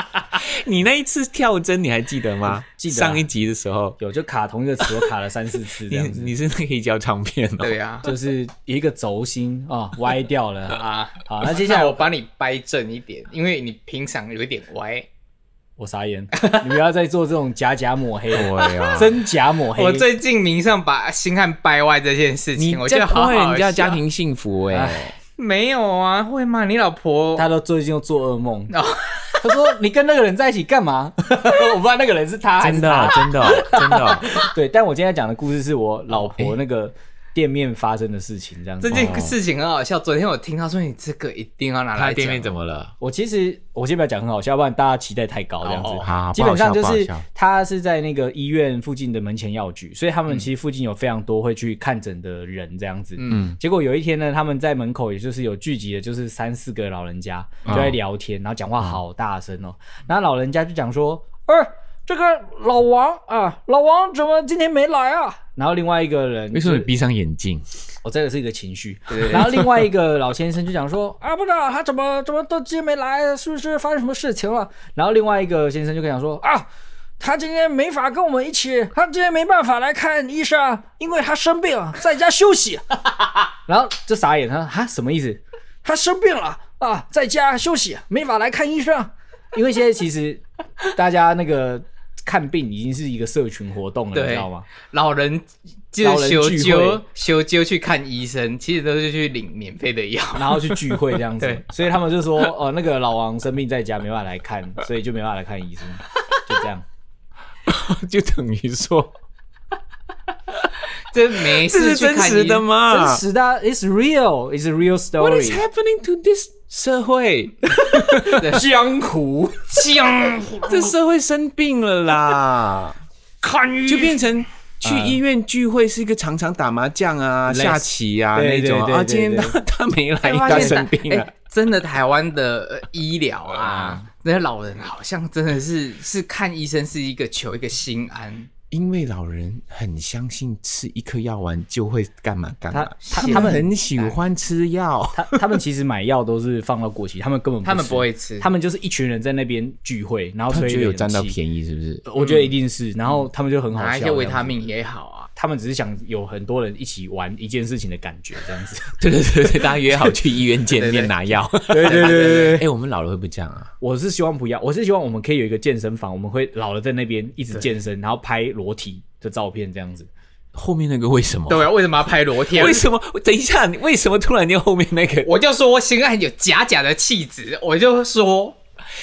Speaker 2: 你那一次跳针你还 记得吗？
Speaker 4: 记得啊
Speaker 2: 上一集的时候，
Speaker 4: 有就卡同一个词，我卡了三四次这
Speaker 2: 你
Speaker 4: 样子，
Speaker 2: 你是那个一胶唱片 哦，
Speaker 3: 对啊
Speaker 4: 就是一个轴心啊、歪掉了啊。
Speaker 3: 啊，
Speaker 4: 好，那接下来
Speaker 3: 我
Speaker 4: 我
Speaker 3: 帮你掰正一点，因为你平常有一点歪。
Speaker 4: 我傻眼，你不要再做这种假假抹黑了，
Speaker 2: 对啊，
Speaker 4: 真假抹黑。
Speaker 3: 我最近迷上把星汉掰歪这件事
Speaker 2: 你
Speaker 3: 情，我觉
Speaker 2: 在
Speaker 3: 得好
Speaker 2: 破
Speaker 3: 好
Speaker 2: 坏人
Speaker 3: 笑
Speaker 2: 家家庭幸福哎、
Speaker 3: 没有啊？会吗？你老婆
Speaker 4: 他都最近又做噩梦。
Speaker 3: 哦
Speaker 4: 他说：“你跟那个人在一起干 嘛？”我不知道那个人是他还是
Speaker 2: 真的，真的，真 的，
Speaker 4: 对，但我今天讲的故事是我老
Speaker 3: 哦
Speaker 4: 婆那个店面发生的事情，这样子。
Speaker 3: 这
Speaker 2: 哦
Speaker 3: 件事情很好笑。昨天我听他说你这个一定要拿
Speaker 2: 他
Speaker 3: 来
Speaker 2: 的店面
Speaker 3: 讲
Speaker 2: 怎么了？
Speaker 4: 我其实我先不要讲很好笑，不然大家期待太高这样子。
Speaker 3: 哦
Speaker 2: 好
Speaker 4: 基本上就
Speaker 2: 不好
Speaker 4: 是
Speaker 2: 笑不好笑
Speaker 4: 他是在那个医院附近的门前药局，所以他们其实附近有非常多会去看诊的人这样子。嗯
Speaker 3: 嗯，
Speaker 4: 结果有一天呢，他们在门口也就是有聚集的，就是三四个老人家
Speaker 2: 嗯
Speaker 4: 就在聊天，然后讲话好大声哦。然后老人家就讲说：“哎、这个老王啊，老王怎么今天没来啊？”然后另外一个人
Speaker 2: 为什么
Speaker 4: 就
Speaker 2: 你闭上眼 睛？
Speaker 4: 我真的是一个情绪。然后另外一个老先生就讲说啊，不知道他怎么怎么都今天没来，是不是发生什么事情了？然后另外一个先生就跟他讲说啊，他今天没法跟我们一起，他今天没办法来看医生，因为他生病，在家休息。然后就傻眼，他说啊什么意思？他生病了啊，在家休息，没法来看医生。因为现在其实大家那个看病已经是一个社群活动了，
Speaker 3: 对
Speaker 4: 你知道吗？
Speaker 3: 老人
Speaker 4: 老
Speaker 3: 就
Speaker 4: 人
Speaker 3: 是
Speaker 4: 聚
Speaker 3: 修
Speaker 4: 会
Speaker 3: 究修究去看医生，其实都是去领免费的药。
Speaker 4: 然后去聚会这样子
Speaker 3: 对，
Speaker 4: 所以他们就说，哦，那个老王生病在家，没办法来看，所以就没办法来看医生，就 这样。
Speaker 2: 哦就等于说
Speaker 3: 这没事去看医生，
Speaker 2: 吗
Speaker 4: 真实的啊，It's real, It's a real
Speaker 2: What is
Speaker 4: story。
Speaker 2: happening to this 社会？
Speaker 4: 江湖，
Speaker 3: 江
Speaker 2: 这社会生病了啦，
Speaker 3: 看医
Speaker 2: 就变成。去医院聚会是一个常常打麻将啊、
Speaker 4: Less-
Speaker 2: 下棋啊
Speaker 4: 对
Speaker 2: 那
Speaker 4: 对
Speaker 2: 种
Speaker 4: 对
Speaker 2: 啊，
Speaker 4: 对
Speaker 2: 今天
Speaker 4: 对
Speaker 2: 他 他没来，
Speaker 3: 发
Speaker 2: 他
Speaker 3: 现
Speaker 2: 生病
Speaker 3: 哎
Speaker 2: 了。
Speaker 3: 真的台湾的呃医疗啊，那些老人好像真的是是看医生是一个求一个心安。
Speaker 2: 因为老人很相信吃一颗药丸就会干嘛干嘛，
Speaker 4: 他
Speaker 3: 他
Speaker 4: 他们
Speaker 2: 很喜欢吃药。
Speaker 4: 他他们其实买药都是放到过期，他们根本
Speaker 3: 他们
Speaker 4: 吃
Speaker 3: 不会吃，
Speaker 4: 他们就是一群人在那边聚会，然后
Speaker 2: 他
Speaker 4: 吹
Speaker 2: 觉得有
Speaker 4: 冷
Speaker 2: 占到
Speaker 4: 气
Speaker 2: 便宜是不是？
Speaker 4: 我觉得一定是，然后他们就很好笑。
Speaker 3: 嗯拿一些维他，命也好啊。
Speaker 4: 他们只是想有很多人一起玩一件事情的感觉，这样子。
Speaker 2: 对对对对，大家约好去医院见面 拿药。
Speaker 4: 对对对对
Speaker 2: 哎、我们老了会不会这样啊？
Speaker 4: 我是希望不要，我是希望我们可以有一个健身房，我们会老了在那边一直健身，然后拍裸体的照片这样子。
Speaker 2: 后面那个为什么？
Speaker 3: 对啊，为什么要拍裸体？
Speaker 2: 为什么？等一下，你为什么突然间后面那个？
Speaker 3: 我就说我心安有假假的气质，我就说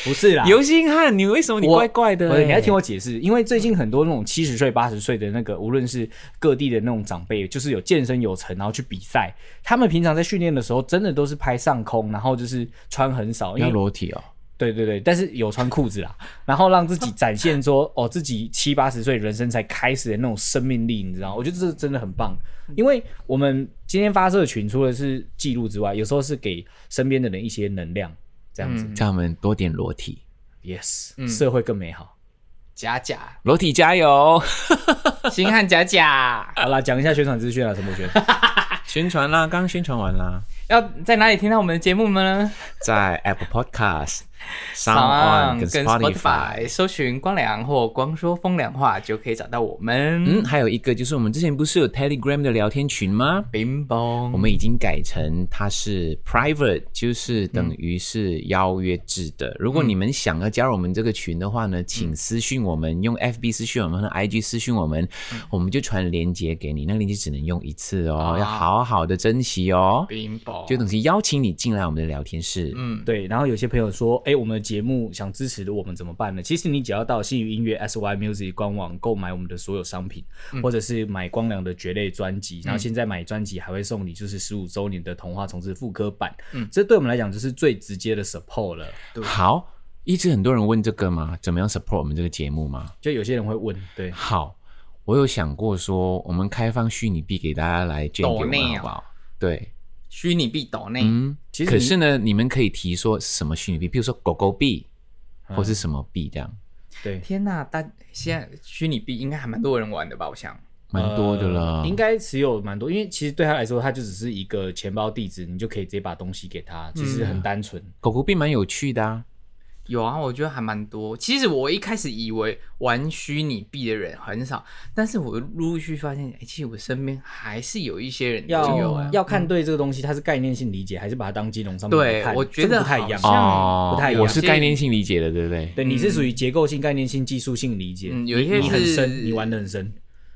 Speaker 4: 不是啦，
Speaker 2: 刘星汉，你为什么你
Speaker 4: 我
Speaker 2: 怪怪的、
Speaker 4: 不是，你要听
Speaker 2: 啊我。
Speaker 4: 我解释，因为最近很多那种七十岁、八十岁的那个，无论是各地的那种长辈，就是有健身有成，然后去比赛，他们平常在训练的时候，真的都是拍上空，然后就是穿很少，因
Speaker 2: 要
Speaker 4: 为
Speaker 2: 裸体哦，
Speaker 4: 对对对，但是有穿裤子啦，然后让自己展现说， 哦，自己七八十岁人生才开始的那种生命力，你知道吗？我觉得这真的很棒，因为我们今天发社群，除了是记录之外，有时候是给身边的人一些能量，这样子、
Speaker 3: 嗯
Speaker 2: 叫我们多点裸体，
Speaker 4: y e s 社会更美好。
Speaker 3: 假假，
Speaker 2: 裸体加油，
Speaker 3: 心汉假假，
Speaker 4: 好啦，讲一下宣传资讯啊，陈柏轩。
Speaker 2: 宣传啦，刚刚宣传完啦，
Speaker 3: 要在哪里听到我们的节目呢？
Speaker 2: 在 Apple Podcast、
Speaker 3: 上
Speaker 2: Sound On 跟
Speaker 3: 跟
Speaker 2: Spotify。
Speaker 3: Spotify 搜寻“光良”或“光说风凉话”就可以找到我
Speaker 2: 嗯，
Speaker 3: 们。
Speaker 2: 还有一个就是我们之前不是有 Telegram 的聊天群吗？
Speaker 3: 冰崩，
Speaker 2: 我们已经改成它是 private，就是
Speaker 3: 嗯
Speaker 2: 等于是邀约制的。如果你们想要加入我们这个群的话呢，
Speaker 3: 嗯
Speaker 2: 请私讯我们，用 FB 私讯我们和 IG 私讯我们，我们就传链接给你。那个链接只能用一次哦，
Speaker 3: 嗯啊
Speaker 2: 要好好的珍惜哦。
Speaker 3: 冰崩，
Speaker 2: 就等于邀请你进来我们的聊天室。
Speaker 3: 嗯，
Speaker 4: 对，然后有些朋友说，哎、我们的节目想支持的我们怎么办呢？其实你只要到信宇音乐 SY Music 官网购买我们的所有商品，
Speaker 3: 嗯
Speaker 4: 或者是买光良的绝类专辑，然后现在买专辑还会送你就是十五周年的童话重置复刻版，嗯，这对我们来讲就是最直接的 support 了。
Speaker 2: 好，一直很多人问这个吗？怎么样 support 我们这个节目吗？
Speaker 4: 就有些人会问，对，
Speaker 2: 好，我有想过说，我们开放虚拟币给大家来捐给我
Speaker 3: 抖内
Speaker 2: 们，
Speaker 3: 哦
Speaker 2: 好不好？对，
Speaker 3: 虚拟币岛内，
Speaker 2: 嗯，
Speaker 4: 其实
Speaker 2: 可
Speaker 4: 你
Speaker 2: 是呢，你们可以提说什么虚拟币，比如说狗狗币或是什么币这样，
Speaker 4: 对，
Speaker 3: 天呐，大现在虚拟币应该还蛮多人玩的吧？我想，
Speaker 2: 蛮多的了。
Speaker 4: 呃应该持有蛮多，因为其实对他来说，他就只是一个钱包地址，你就可以直接把东西给他，其实
Speaker 3: 嗯
Speaker 4: 很单纯。
Speaker 2: 狗狗币蛮有趣的啊，
Speaker 3: 有啊，我觉得还蛮多。其实我一开始以为玩虚拟币的人很少，但是我陆陆续续发现，哎、其实我身边还是有一些人都有、
Speaker 4: 要
Speaker 3: 啊。
Speaker 4: 要看对这个东西，它是概念性理解，还是把它当金融商品来
Speaker 3: 对
Speaker 4: 看？，
Speaker 3: 我觉
Speaker 4: 这
Speaker 3: 得
Speaker 4: 不太一样啊
Speaker 3: 好。像
Speaker 2: 哦，
Speaker 4: 不太一样
Speaker 2: 我是概念性理解的，对不对？
Speaker 4: 对，你是属于结构性、概念性、技术性理解，
Speaker 3: 嗯
Speaker 4: 你
Speaker 3: 有一些
Speaker 4: 你很
Speaker 3: 是
Speaker 4: 深，你玩的很深。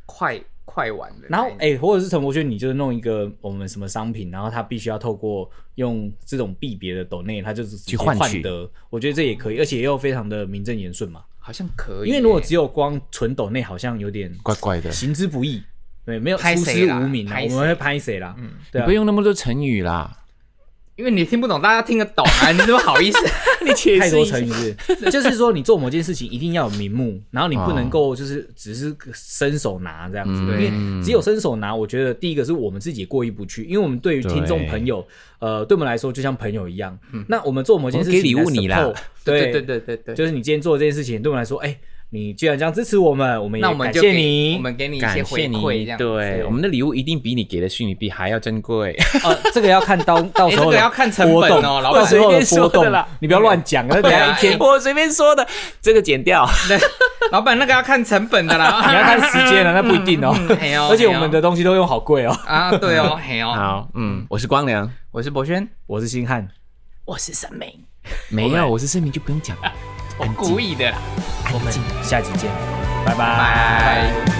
Speaker 3: 快快玩的概念。
Speaker 4: 然后，哎、或者是陈柏轩，你就是弄一个我们什么商品，然后他必须要透过用这种币别的抖内，他就是直接
Speaker 2: 去换取
Speaker 4: 换得，我觉得这也可以，而且又非常的名正言顺嘛。
Speaker 3: 好像可以耶、哎
Speaker 4: 因为如果只有光纯抖内，好像有点
Speaker 2: 怪怪的，
Speaker 4: 行之不义，对，没有
Speaker 3: 拍
Speaker 4: 出
Speaker 3: 谁
Speaker 4: 师
Speaker 3: 啦
Speaker 4: 无名啊，
Speaker 3: 拍
Speaker 4: 我
Speaker 3: 谁
Speaker 4: 们会拍谁啦？嗯，对
Speaker 2: 你
Speaker 4: 啊
Speaker 2: 不，用那么多成语啦。
Speaker 3: 因为你听不懂，大家听得懂啊，你怎么好 意思？
Speaker 2: 你解
Speaker 4: 太多成语是不是，就是说你做某件事情一定要有名 目，然后你不能够就是只是伸手拿这样子，
Speaker 2: 哦嗯
Speaker 4: 因为只有伸手拿，我觉得第一个是我们自己也过意不去，因为我们对于听众朋友，呃，对我们来说就像朋友一样，那我们做某件事情
Speaker 2: 嗯我给礼物你啦
Speaker 4: 来 support，对
Speaker 3: 对对对对对
Speaker 4: 就是你今天做这件事情，对我们来说，哎，你居然这样支持我们，我们也
Speaker 3: 那我们
Speaker 4: 感
Speaker 3: 就
Speaker 4: 谢
Speaker 3: 给
Speaker 4: 你
Speaker 3: 我。们给你一些
Speaker 2: 感
Speaker 3: 回
Speaker 2: 谢你
Speaker 3: 馈，这，样
Speaker 2: 对，我们的礼物一定比你给的虚拟币还要珍贵。
Speaker 4: 呃，这个要看到到时候的
Speaker 3: 哎这 个要看成
Speaker 4: 波
Speaker 3: 本
Speaker 4: 动
Speaker 3: 哦老
Speaker 4: 到
Speaker 3: 板
Speaker 4: 时候 的波
Speaker 2: 随便说的
Speaker 4: 动
Speaker 2: 啦，
Speaker 4: 你不要乱讲，那等
Speaker 3: 对
Speaker 4: 下
Speaker 3: 啊
Speaker 4: 一天
Speaker 2: 我随便说的，这个剪掉。
Speaker 3: 对， 老板那个要看成本的 啦，
Speaker 4: 你要看时间了，那不一定哦
Speaker 3: 嗯嗯哎。呦
Speaker 4: 而且我们的东西都用好贵哦。
Speaker 3: 啊，对 哦，嘿哦，
Speaker 2: 好，嗯，我是光良，
Speaker 3: 我是博轩，
Speaker 4: 我是星汉，
Speaker 3: 我是沈明，
Speaker 2: 没有，我是声明就不用讲了，
Speaker 3: 我故意的啦。
Speaker 4: 我们下集见，拜拜。拜拜
Speaker 3: 拜。